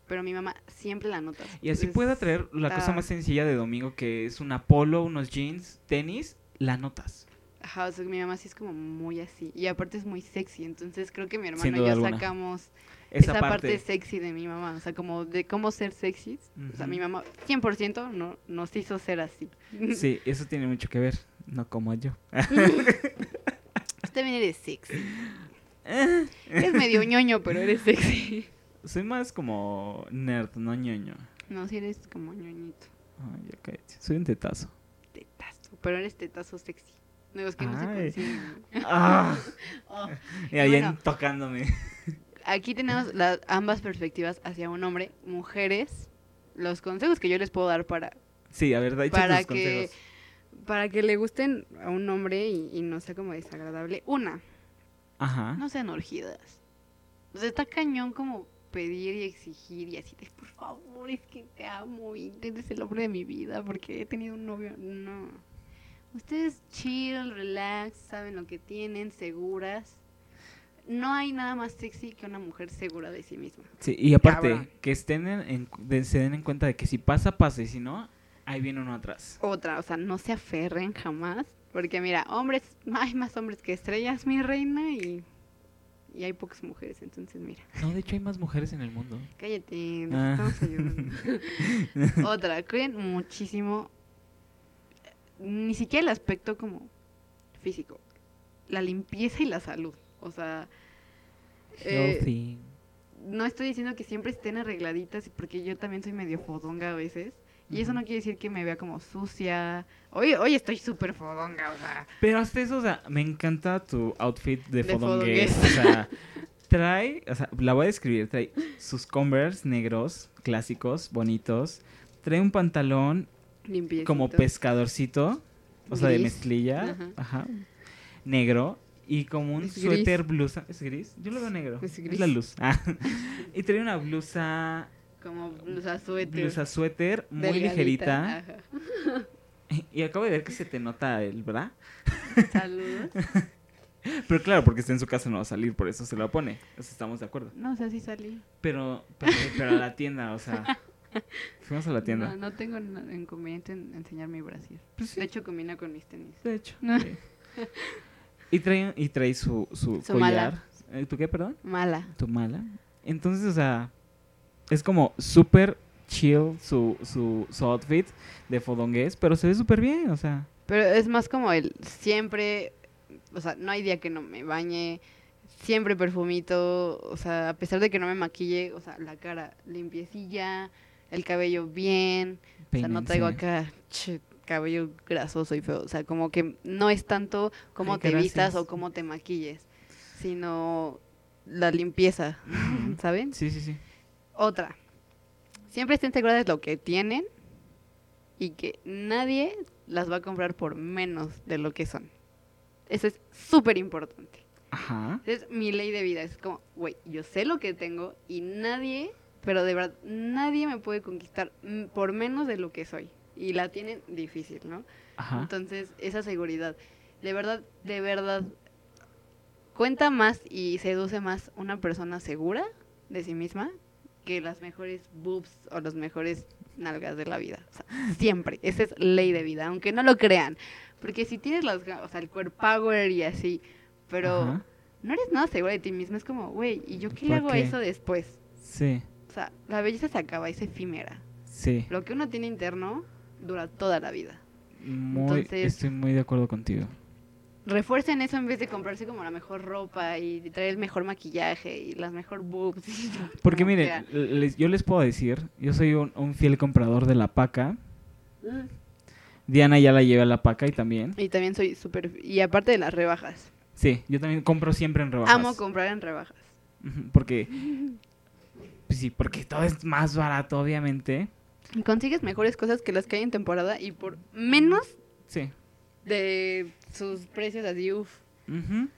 Speaker 2: pero mi mamá siempre la notas.
Speaker 1: Y así
Speaker 2: Es-
Speaker 1: puede atraer la cosa
Speaker 2: pues, está-
Speaker 1: más sencilla de domingo, que es un polo, unos jeans, tenis, la notas.
Speaker 2: Ajá, o sea, mi mamá sí es como muy así. Y aparte es muy sexy. Entonces creo que mi hermano
Speaker 1: Sin
Speaker 2: y
Speaker 1: duda
Speaker 2: yo
Speaker 1: alguna.
Speaker 2: sacamos
Speaker 1: Esa,
Speaker 2: esa, parte.
Speaker 1: parte.
Speaker 2: sexy de mi mamá. O sea, como de cómo ser sexy. O sea,
Speaker 1: Ujú.
Speaker 2: mi mamá 100% no, nos hizo ser así.
Speaker 1: Sí, eso tiene mucho que ver, no como yo.
Speaker 2: Tú también eres sexy. Es medio ñoño, pero eres sexy.
Speaker 1: Soy más como nerd, no ñoño.
Speaker 2: No, si eres como ñoñito.
Speaker 1: Ay, ya cállate. Soy un tetazo.
Speaker 2: Tetazo. Pero eres tetazo sexy. Digo, es que no se
Speaker 1: Ay.
Speaker 2: consiguen.
Speaker 1: Ah,
Speaker 2: Oh.
Speaker 1: y alguien
Speaker 2: Bueno.
Speaker 1: tocándome.
Speaker 2: Aquí tenemos las ambas perspectivas hacia un hombre, mujeres, los consejos que yo les puedo dar para,
Speaker 1: Sí, a ver, da
Speaker 2: Para
Speaker 1: tus
Speaker 2: que-
Speaker 1: consejos.
Speaker 2: para que le gusten a un hombre y, y no sea como desagradable. Una,
Speaker 1: Ajá.
Speaker 2: no sean orgidas. O sea, está cañón como pedir y exigir y así de, por favor, es que te amo y eres el hombre de mi vida porque he tenido un novio. No. Ustedes chill, relax, saben lo que tienen, seguras. No hay nada más sexy que una mujer segura de sí misma.
Speaker 1: Sí, y aparte,
Speaker 2: Cabrón.
Speaker 1: que estén en, en cu- de- se den en cuenta de que si pasa, pasa, y si no, ahí viene uno atrás.
Speaker 2: Otra, o sea, no se aferren jamás. Porque mira, hombres, hay más hombres que estrellas, mi reina, y, y hay pocas mujeres. Entonces, mira,
Speaker 1: No, de hecho hay más mujeres en el mundo.
Speaker 2: cállate, nos
Speaker 1: Ah.
Speaker 2: estamos ayudando. Otra, creen muchísimo, eh, ni siquiera el aspecto como físico, la limpieza y la salud. O sea, eh,
Speaker 1: Healthy.
Speaker 2: no estoy diciendo que siempre estén arregladitas, porque yo también soy medio fodonga a veces. Y eso
Speaker 1: Ujú.
Speaker 2: no quiere decir que me vea como sucia. Hoy, hoy estoy súper fodonga, o sea.
Speaker 1: Pero hasta eso, o sea, me encanta tu outfit de,
Speaker 2: De
Speaker 1: fodongués. O
Speaker 2: fodongués.
Speaker 1: sea, trae, o sea, la voy a describir, trae sus Converse negros, clásicos, bonitos. Trae un pantalón
Speaker 2: Limpieza.
Speaker 1: como pescadorcito, o sea, de
Speaker 2: Gris.
Speaker 1: mezclilla,
Speaker 2: Ajá.
Speaker 1: ajá, negro y como un
Speaker 2: Es gris.
Speaker 1: suéter blusa, es gris, yo lo veo negro,
Speaker 2: Es
Speaker 1: es,
Speaker 2: gris.
Speaker 1: la luz. Ah. y trae una blusa,
Speaker 2: Como blusa suéter.
Speaker 1: blusa suéter muy
Speaker 2: delgadita,
Speaker 1: ligerita
Speaker 2: ajá.
Speaker 1: y acabo de ver que se te nota el bra,
Speaker 2: Saludos.
Speaker 1: pero claro, porque está en su casa no va a salir, por eso se lo pone, o sea, estamos de acuerdo.
Speaker 2: No sé si salí.
Speaker 1: Pero, pero, pero a la tienda, o sea, fuimos a la tienda.
Speaker 2: No, no tengo na- inconveniente en enseñar mi brasier.
Speaker 1: Pues sí,
Speaker 2: De hecho, combina con mis tenis.
Speaker 1: de hecho.
Speaker 2: No.
Speaker 1: sí. Y trae, y trae su, su,
Speaker 2: Su
Speaker 1: collar. Eh, ¿Tú qué, perdón?
Speaker 2: Mala.
Speaker 1: tu mala. Entonces, o sea, es como súper chill su, su, su outfit de fodongués, pero se ve súper bien, o sea.
Speaker 2: Pero es más como el siempre, o sea, no hay día que no me bañe, siempre perfumito, o sea, a pesar de que no me maquille, o sea, la cara limpiecilla, el cabello bien, o sea, no traigo
Speaker 1: peínense.
Speaker 2: acá ch, cabello grasoso y feo, o sea, como que no es tanto cómo
Speaker 1: Ay,
Speaker 2: te vistas
Speaker 1: gracias.
Speaker 2: o cómo te maquilles, sino la limpieza,
Speaker 1: Ujú.
Speaker 2: ¿saben?
Speaker 1: Sí, sí, sí.
Speaker 2: Otra. Siempre estén seguras de lo que tienen y que nadie las va a comprar por menos de lo que son. Eso es súper importante.
Speaker 1: Ajá.
Speaker 2: Esa Es mi ley de vida. Es como, güey, yo sé lo que tengo y nadie, pero de verdad, nadie me puede conquistar mm, por menos de lo que soy. Y la tienen difícil, ¿no?
Speaker 1: Ajá.
Speaker 2: Entonces, esa seguridad. De verdad, de verdad, cuenta más y seduce más una persona segura de sí misma que las mejores boobs o los mejores nalgas de la vida. O sea, siempre. Esa es ley de vida, aunque no lo crean. Porque si tienes las, ga- o sea, el core power y así, pero
Speaker 1: Ajá.
Speaker 2: no eres nada segura de ti misma, es como, güey, ¿y yo qué le
Speaker 1: ¿Para
Speaker 2: hago a
Speaker 1: qué?
Speaker 2: eso después?
Speaker 1: Sí,
Speaker 2: O sea, la belleza se acaba, es efímera.
Speaker 1: sí.
Speaker 2: Lo que uno tiene interno dura toda la vida.
Speaker 1: Muy,
Speaker 2: Entonces-
Speaker 1: estoy muy de acuerdo contigo.
Speaker 2: refuercen eso en vez de comprarse como la mejor ropa y traer el mejor maquillaje y las mejor boobs.
Speaker 1: Porque
Speaker 2: como
Speaker 1: miren,
Speaker 2: sea.
Speaker 1: les- yo les puedo decir, yo soy un, un fiel comprador de la paca. Diana ya la lleva a la paca y también.
Speaker 2: Y también soy súper... Y aparte de las rebajas.
Speaker 1: Sí, yo también compro siempre en rebajas.
Speaker 2: Amo comprar en rebajas.
Speaker 1: Ujú, Porque. pues sí, porque todo es más barato, obviamente.
Speaker 2: Y consigues mejores cosas que las que hay en temporada y por menos
Speaker 1: Sí.
Speaker 2: de sus precios así, uff.
Speaker 1: Ujú.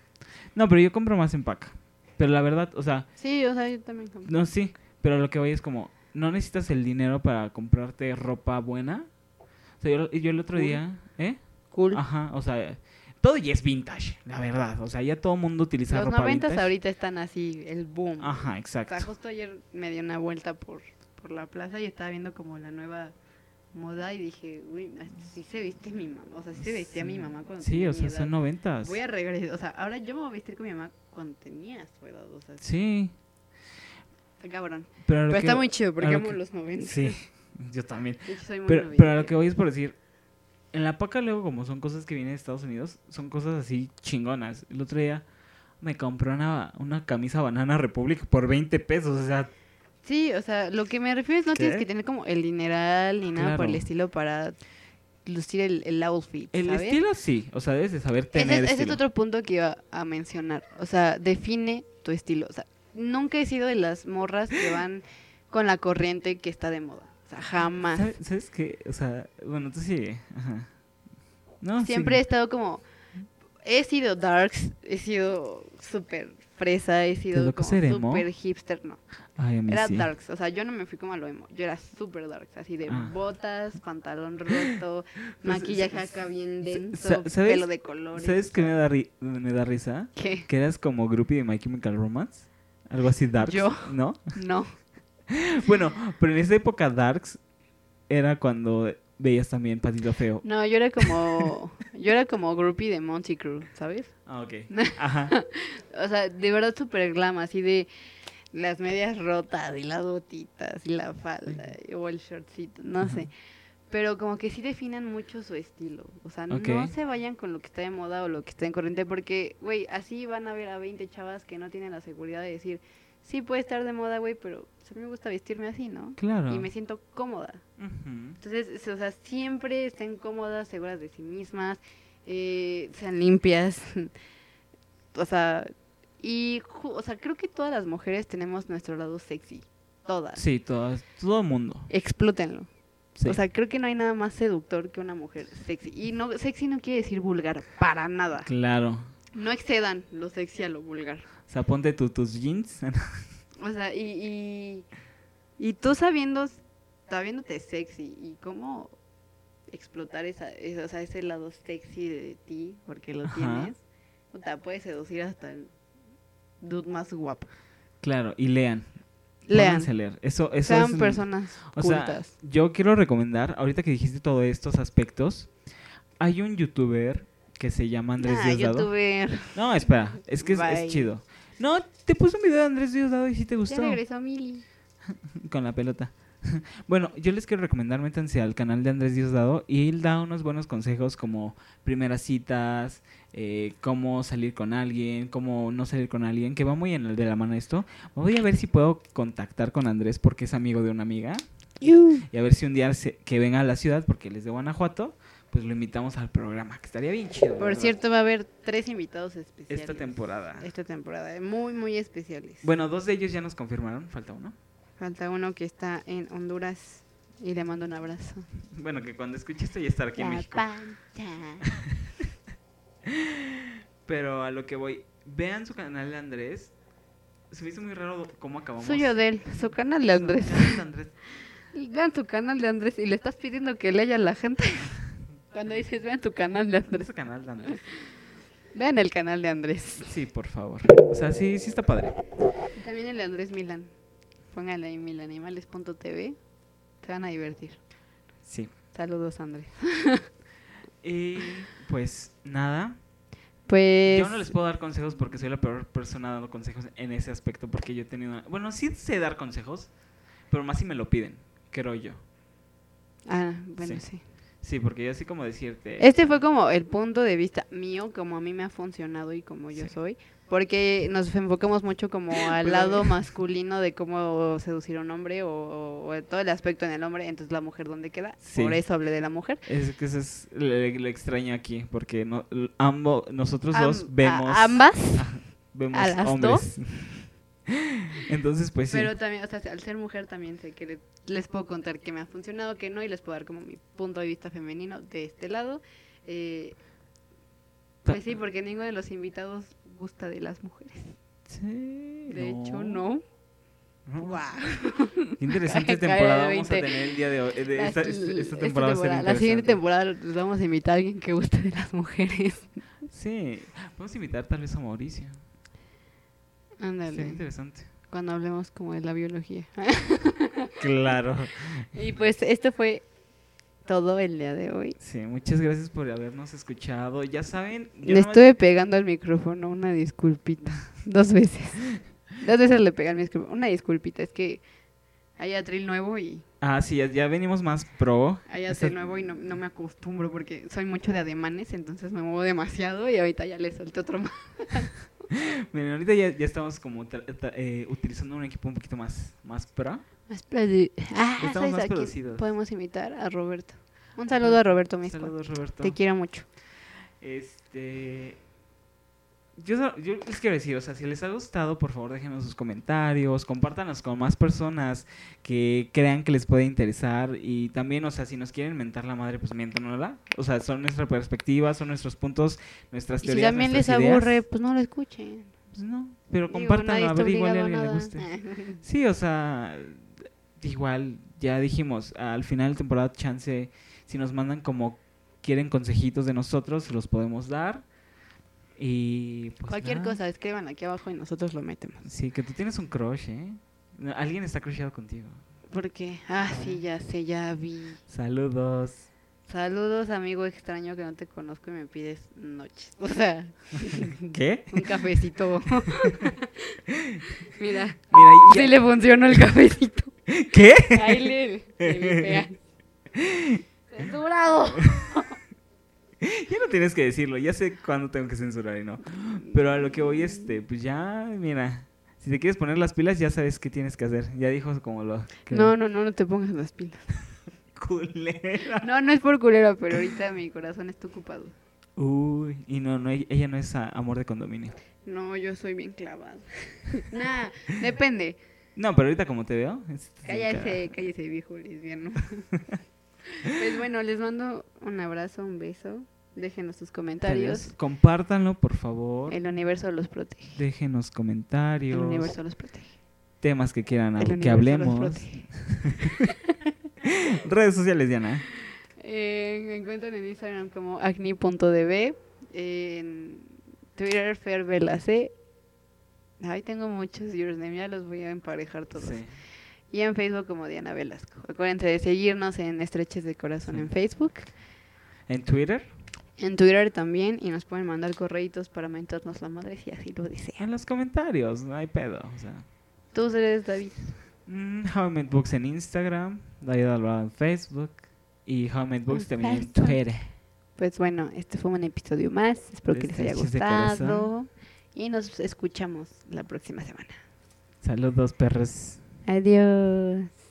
Speaker 1: No, pero yo compro más en pack. Pero la verdad, o sea,
Speaker 2: Sí, o sea, yo también compro.
Speaker 1: no, sí. Pero lo que voy es como, no necesitas el dinero para comprarte ropa buena. O sea, yo, yo el otro
Speaker 2: Cool.
Speaker 1: día, ¿eh?
Speaker 2: Cool.
Speaker 1: Ajá, o sea, todo ya es vintage, la verdad. O sea, ya todo mundo utiliza
Speaker 2: Los
Speaker 1: ropa
Speaker 2: noventas
Speaker 1: vintage.
Speaker 2: ahorita están así, el boom.
Speaker 1: Ajá,
Speaker 2: O sea,
Speaker 1: exacto.
Speaker 2: justo ayer me di una vuelta por, por la plaza y estaba viendo como la nueva moda y dije, uy, sí se viste mi mamá, o sea, sí se vestía mi mamá cuando
Speaker 1: Sí,
Speaker 2: tenía
Speaker 1: o
Speaker 2: mi
Speaker 1: sea,
Speaker 2: edad.
Speaker 1: son noventas.
Speaker 2: Voy a regresar, o sea, ahora yo me voy a vestir con mi mamá cuando tenía su edad, o sea,
Speaker 1: Sí.
Speaker 2: está cabrón.
Speaker 1: Pero, a lo
Speaker 2: Pero
Speaker 1: que-
Speaker 2: está muy chido porque
Speaker 1: a lo
Speaker 2: amo
Speaker 1: que-
Speaker 2: los 90.
Speaker 1: Sí, yo también.
Speaker 2: De hecho, soy muy
Speaker 1: Pero, pero a lo
Speaker 2: noventera.
Speaker 1: que voy es por decir, en la paca luego como son cosas que vienen de Estados Unidos, son cosas así chingonas. El otro día me compré una, una camisa Banana Republic por 20 pesos, o sea,
Speaker 2: Sí, o sea, lo que me refiero es no
Speaker 1: ¿Qué?
Speaker 2: tienes que tener como el dineral ni nada por el
Speaker 1: Claro.
Speaker 2: estilo para lucir el, el outfit.
Speaker 1: El
Speaker 2: ¿sabes?
Speaker 1: estilo sí, o sea, debes de saber
Speaker 2: Ese,
Speaker 1: tener
Speaker 2: es- ese es
Speaker 1: estilo.
Speaker 2: otro punto que iba a mencionar. O sea, define tu estilo. O sea, nunca he sido de las morras que van con la corriente que está de moda. O sea, jamás.
Speaker 1: ¿Sabes, sabes qué? O sea, bueno, tú sí. Ajá. No,
Speaker 2: Siempre he
Speaker 1: sí.
Speaker 2: estado como. He sido darks, he sido súper fresa, he sido
Speaker 1: tocó ser emo?
Speaker 2: como súper hipster, no.
Speaker 1: Ay, a mí
Speaker 2: Era
Speaker 1: sí.
Speaker 2: darks, o sea, yo no me fui como a lo emo, yo era súper darks, así de
Speaker 1: Ah. Pues,
Speaker 2: botas, pantalón roto, maquillaje acá bien
Speaker 1: sa-
Speaker 2: denso,
Speaker 1: ¿sabes?
Speaker 2: pelo de colores.
Speaker 1: ¿Sabes qué me da, ri- me da risa?
Speaker 2: ¿Qué?
Speaker 1: Que eras como groupie de My Chemical Romance. Algo así darks.
Speaker 2: ¿Yo?
Speaker 1: ¿No?
Speaker 2: No.
Speaker 1: Bueno, pero en esa época darks era cuando veías también Patito Feo.
Speaker 2: No, yo era como yo era como groupie de Monty Crew, ¿sabes?
Speaker 1: Ah, ok. Ajá.
Speaker 2: O sea, de verdad súper glam, así de las medias rotas y las botitas y la falda y- o el shortcito, no sé. Pero como que sí definan mucho su estilo. O sea, no
Speaker 1: Ok.
Speaker 2: se vayan con lo que está de moda o lo que está en corriente porque, güey, así van a ver a 20 chavas que no tienen la seguridad de decir, sí puede estar de moda, güey, pero pues, a mí me gusta vestirme así, ¿no?
Speaker 1: Claro.
Speaker 2: Y me siento cómoda.
Speaker 1: Ujú.
Speaker 2: Entonces, es- o sea, siempre estén cómodas, seguras de sí mismas, eh, sean limpias. o sea, y ju- o sea, creo que todas las mujeres tenemos nuestro lado sexy. Todas.
Speaker 1: Sí, todas, todo el mundo.
Speaker 2: Explótenlo.
Speaker 1: Sí.
Speaker 2: O sea, creo que no hay nada más seductor que una mujer sexy. Y no sexy no quiere decir vulgar, para nada.
Speaker 1: claro.
Speaker 2: No excedan lo sexy a lo vulgar.
Speaker 1: O sea, ponte tu- tus jeans.
Speaker 2: O sea, y, y, y tú sabiendo, sabiéndote sexy y cómo explotar esa, esa- o sea, ese lado sexy de ti, porque lo
Speaker 1: Ajá.
Speaker 2: tienes, puta, puedes seducir hasta el dude más guapo.
Speaker 1: claro, y lean.
Speaker 2: Lean,
Speaker 1: Pónganse a leer. Eso, eso
Speaker 2: sean
Speaker 1: es-
Speaker 2: personas
Speaker 1: O sea,
Speaker 2: cultas.
Speaker 1: yo quiero recomendar, ahorita que dijiste todos estos aspectos, hay un youtuber que se llama Andrés
Speaker 2: Ah,
Speaker 1: Diosdado.
Speaker 2: youtuber.
Speaker 1: No, espera, es que es, es
Speaker 2: Bye.
Speaker 1: chido. No, te puse un video de Andrés Diosdado y si te
Speaker 2: Ya
Speaker 1: gustó.
Speaker 2: regresó Mili.
Speaker 1: Con la pelota. bueno, yo les quiero recomendar, métanse al canal de Andrés Diosdado y él da unos buenos consejos como primeras citas, eh, cómo salir con alguien, cómo no salir con alguien, que va muy en el de la mano esto. Voy a ver si puedo contactar con Andrés porque es amigo de una amiga y a ver si un día se- que venga a la ciudad, porque él es de Guanajuato, pues lo invitamos al programa, que estaría bien chido. la
Speaker 2: Por
Speaker 1: verdad,
Speaker 2: cierto, va a haber tres invitados especiales.
Speaker 1: esta temporada.
Speaker 2: Esta temporada, muy, muy especiales.
Speaker 1: Bueno, dos de ellos ya nos confirmaron, falta uno.
Speaker 2: Falta uno que está en Honduras y le mando un abrazo.
Speaker 1: Bueno, que cuando escuche esto ya estará aquí en
Speaker 2: La
Speaker 1: México.
Speaker 2: pancha.
Speaker 1: Pero a lo que voy, vean su canal de Andrés. Se me hizo muy raro cómo acabamos.
Speaker 2: Suyo de él, su canal de
Speaker 1: Su
Speaker 2: Andrés.
Speaker 1: canal de Andrés.
Speaker 2: Vean su canal de Andrés y le estás pidiendo que lea a la gente. Cuando dices, vean tu canal
Speaker 1: ¿Dónde
Speaker 2: de
Speaker 1: es
Speaker 2: Andrés.
Speaker 1: su canal de Andrés?
Speaker 2: Vean el canal de Andrés.
Speaker 1: Sí, por favor. O sea, sí, sí está padre.
Speaker 2: También el de Andrés Milan. Pónganle ahí milanimales.tv. Se van a divertir.
Speaker 1: Sí.
Speaker 2: Saludos, Andrés.
Speaker 1: Y pues nada.
Speaker 2: Pues.
Speaker 1: Yo no les puedo dar consejos porque soy la peor persona dando consejos en ese aspecto. Porque yo he tenido. una- Bueno, sí sé dar consejos, pero más si me lo piden, creo yo.
Speaker 2: Ah, bueno,
Speaker 1: Sí. Eh,
Speaker 2: sí.
Speaker 1: Sí, porque yo así como decirte.
Speaker 2: Este fue como el punto de vista mío, como a mí me ha funcionado y como yo
Speaker 1: Sí.
Speaker 2: soy, porque nos enfocamos mucho como al
Speaker 1: Pues, a
Speaker 2: lado
Speaker 1: ver.
Speaker 2: masculino de cómo seducir a un hombre o, o- o todo el aspecto en el hombre, entonces la mujer dónde queda.
Speaker 1: Sí.
Speaker 2: Por eso hablé de la mujer.
Speaker 1: Es que eso es lo, lo extraño aquí, porque no, ambos, nosotros
Speaker 2: Am-
Speaker 1: dos
Speaker 2: a-
Speaker 1: vemos.
Speaker 2: ambas,
Speaker 1: vemos
Speaker 2: ¿A las
Speaker 1: hombres. Entonces, pues sí.
Speaker 2: pero también, o sea, al ser mujer también sé que le- les puedo contar que me ha funcionado, que no, y les puedo dar como mi punto de vista femenino de este lado. Eh,
Speaker 1: Ta-
Speaker 2: pues sí, porque ninguno de los invitados gusta de las mujeres.
Speaker 1: Sí,
Speaker 2: De hecho, no.
Speaker 1: no.
Speaker 2: Guau.
Speaker 1: Qué interesante
Speaker 2: Acaba de
Speaker 1: temporada vamos a
Speaker 2: 20.
Speaker 1: tener el día de hoy. de
Speaker 2: La-
Speaker 1: esta, este, esta- esta
Speaker 2: esta
Speaker 1: temporada va a ser
Speaker 2: este temporada. La
Speaker 1: interesante.
Speaker 2: siguiente temporada les vamos a invitar a alguien que guste de las mujeres.
Speaker 1: Sí, vamos a invitar tal vez a Mauricio. Sería
Speaker 2: Ándale,
Speaker 1: interesante.
Speaker 2: cuando hablemos como de la biología.
Speaker 1: Claro.
Speaker 2: y pues esto fue todo el día de hoy.
Speaker 1: Sí, muchas gracias por habernos escuchado. Ya saben, yo
Speaker 2: le
Speaker 1: nomás-
Speaker 2: estuve pegando al micrófono, una disculpita, dos veces. Dos veces le pegué al micrófono, una disculpita, es que hay atril nuevo y
Speaker 1: Ah, sí, ya, ya venimos más pro.
Speaker 2: hay
Speaker 1: Esta-
Speaker 2: atril nuevo y no, no me acostumbro porque soy mucho de ademanes, entonces me muevo demasiado y ahorita ya le solté otro más.
Speaker 1: Miren, ahorita ya, ya estamos como tra- tra- eh, utilizando un equipo un poquito más, más pro.
Speaker 2: Más produ- Ah,
Speaker 1: Estamos
Speaker 2: ¿sabes
Speaker 1: más
Speaker 2: a quién
Speaker 1: producidos.
Speaker 2: Podemos invitar a Roberto. Un saludo a Roberto Mezcua.
Speaker 1: Saludos, Roberto.
Speaker 2: Te quiero mucho.
Speaker 1: Este. Yo, so- yo les quiero decir, o sea, si les ha gustado, por favor déjenos sus comentarios, compártanos con más personas que crean que les puede interesar y también, o sea, si nos quieren mentar la madre, pues miéntanosla. O sea, son nuestra perspectiva, son nuestros puntos, nuestras
Speaker 2: Y si
Speaker 1: teorías.
Speaker 2: también les
Speaker 1: nuestras ideas.
Speaker 2: aburre, pues no lo escuchen.
Speaker 1: Pues no, pero
Speaker 2: Digo,
Speaker 1: compártanlo,
Speaker 2: nadie
Speaker 1: a
Speaker 2: está
Speaker 1: ver, igual a
Speaker 2: obligado
Speaker 1: alguien le
Speaker 2: nada.
Speaker 1: guste. Sí, o sea, igual ya dijimos, al final de temporada chance, si nos mandan como quieren consejitos de nosotros, se los podemos dar. Y pues
Speaker 2: Cualquier
Speaker 1: nada.
Speaker 2: cosa, escriban aquí abajo y nosotros lo metemos.
Speaker 1: Sí, que tú tienes un crush, ¿eh? No, Alguien está crusheado contigo.
Speaker 2: Porque, ah, sí, ya sé, ya vi.
Speaker 1: Saludos.
Speaker 2: Saludos, amigo extraño que no te conozco y me pides noches. O sea,
Speaker 1: ¿Qué?
Speaker 2: un cafecito. Mira,
Speaker 1: Mira, y-
Speaker 2: sí le funcionó el cafecito.
Speaker 1: ¿Qué?
Speaker 2: Ahí le, le vi fea. Censurado.
Speaker 1: Ya no tienes que decirlo, ya sé cuándo tengo que censurar y no. Pero a lo que voy, este, pues ya, mira, si te quieres poner las pilas, ya sabes qué tienes que hacer. Ya dijo como lo... que-
Speaker 2: No, no, no, no te pongas las pilas.
Speaker 1: Culera.
Speaker 2: No, no es por culero, pero ahorita mi corazón está ocupado.
Speaker 1: Uy, y no, no, ella ella no es a- amor de condominio.
Speaker 2: No, yo soy bien clavada. nah, depende.
Speaker 1: No, pero ahorita como te veo. es-
Speaker 2: Cállese, cállese, viejo lesbiano. pues bueno, les mando un abrazo, un beso. Déjenos sus comentarios.
Speaker 1: Compártanlo, por favor.
Speaker 2: El universo los protege.
Speaker 1: Déjenos
Speaker 2: El
Speaker 1: comentarios,
Speaker 2: universo los protege.
Speaker 1: temas que quieran
Speaker 2: El
Speaker 1: hab- que
Speaker 2: universo los
Speaker 1: hablemos.
Speaker 2: protege.
Speaker 1: Redes sociales, Diana.
Speaker 2: Eh, me encuentran en Instagram como acni.db. En Twitter, fervelac. Ay, tengo muchos username, ya los voy a emparejar todos.
Speaker 1: Sí.
Speaker 2: Y en Facebook como Diana Velasco. Acuérdense de seguirnos en Estreches de Corazón en Facebook.
Speaker 1: En Twitter,
Speaker 2: En Twitter también. Y nos pueden mandar correitos para mentarnos la madre si así lo desean.
Speaker 1: en los comentarios, no hay pedo. O sea.
Speaker 2: Tú eres David.
Speaker 1: Mm, How I Met Books en Instagram, Diana Alvarado en Facebook y How I Met Books
Speaker 2: En
Speaker 1: también en
Speaker 2: Facebook.
Speaker 1: Twitter.
Speaker 2: Pues bueno, este fue un episodio más. Espero que les haya
Speaker 1: Estreches de Corazón.
Speaker 2: gustado. Y nos escuchamos la próxima semana.
Speaker 1: Saludos, perros.
Speaker 2: Adiós.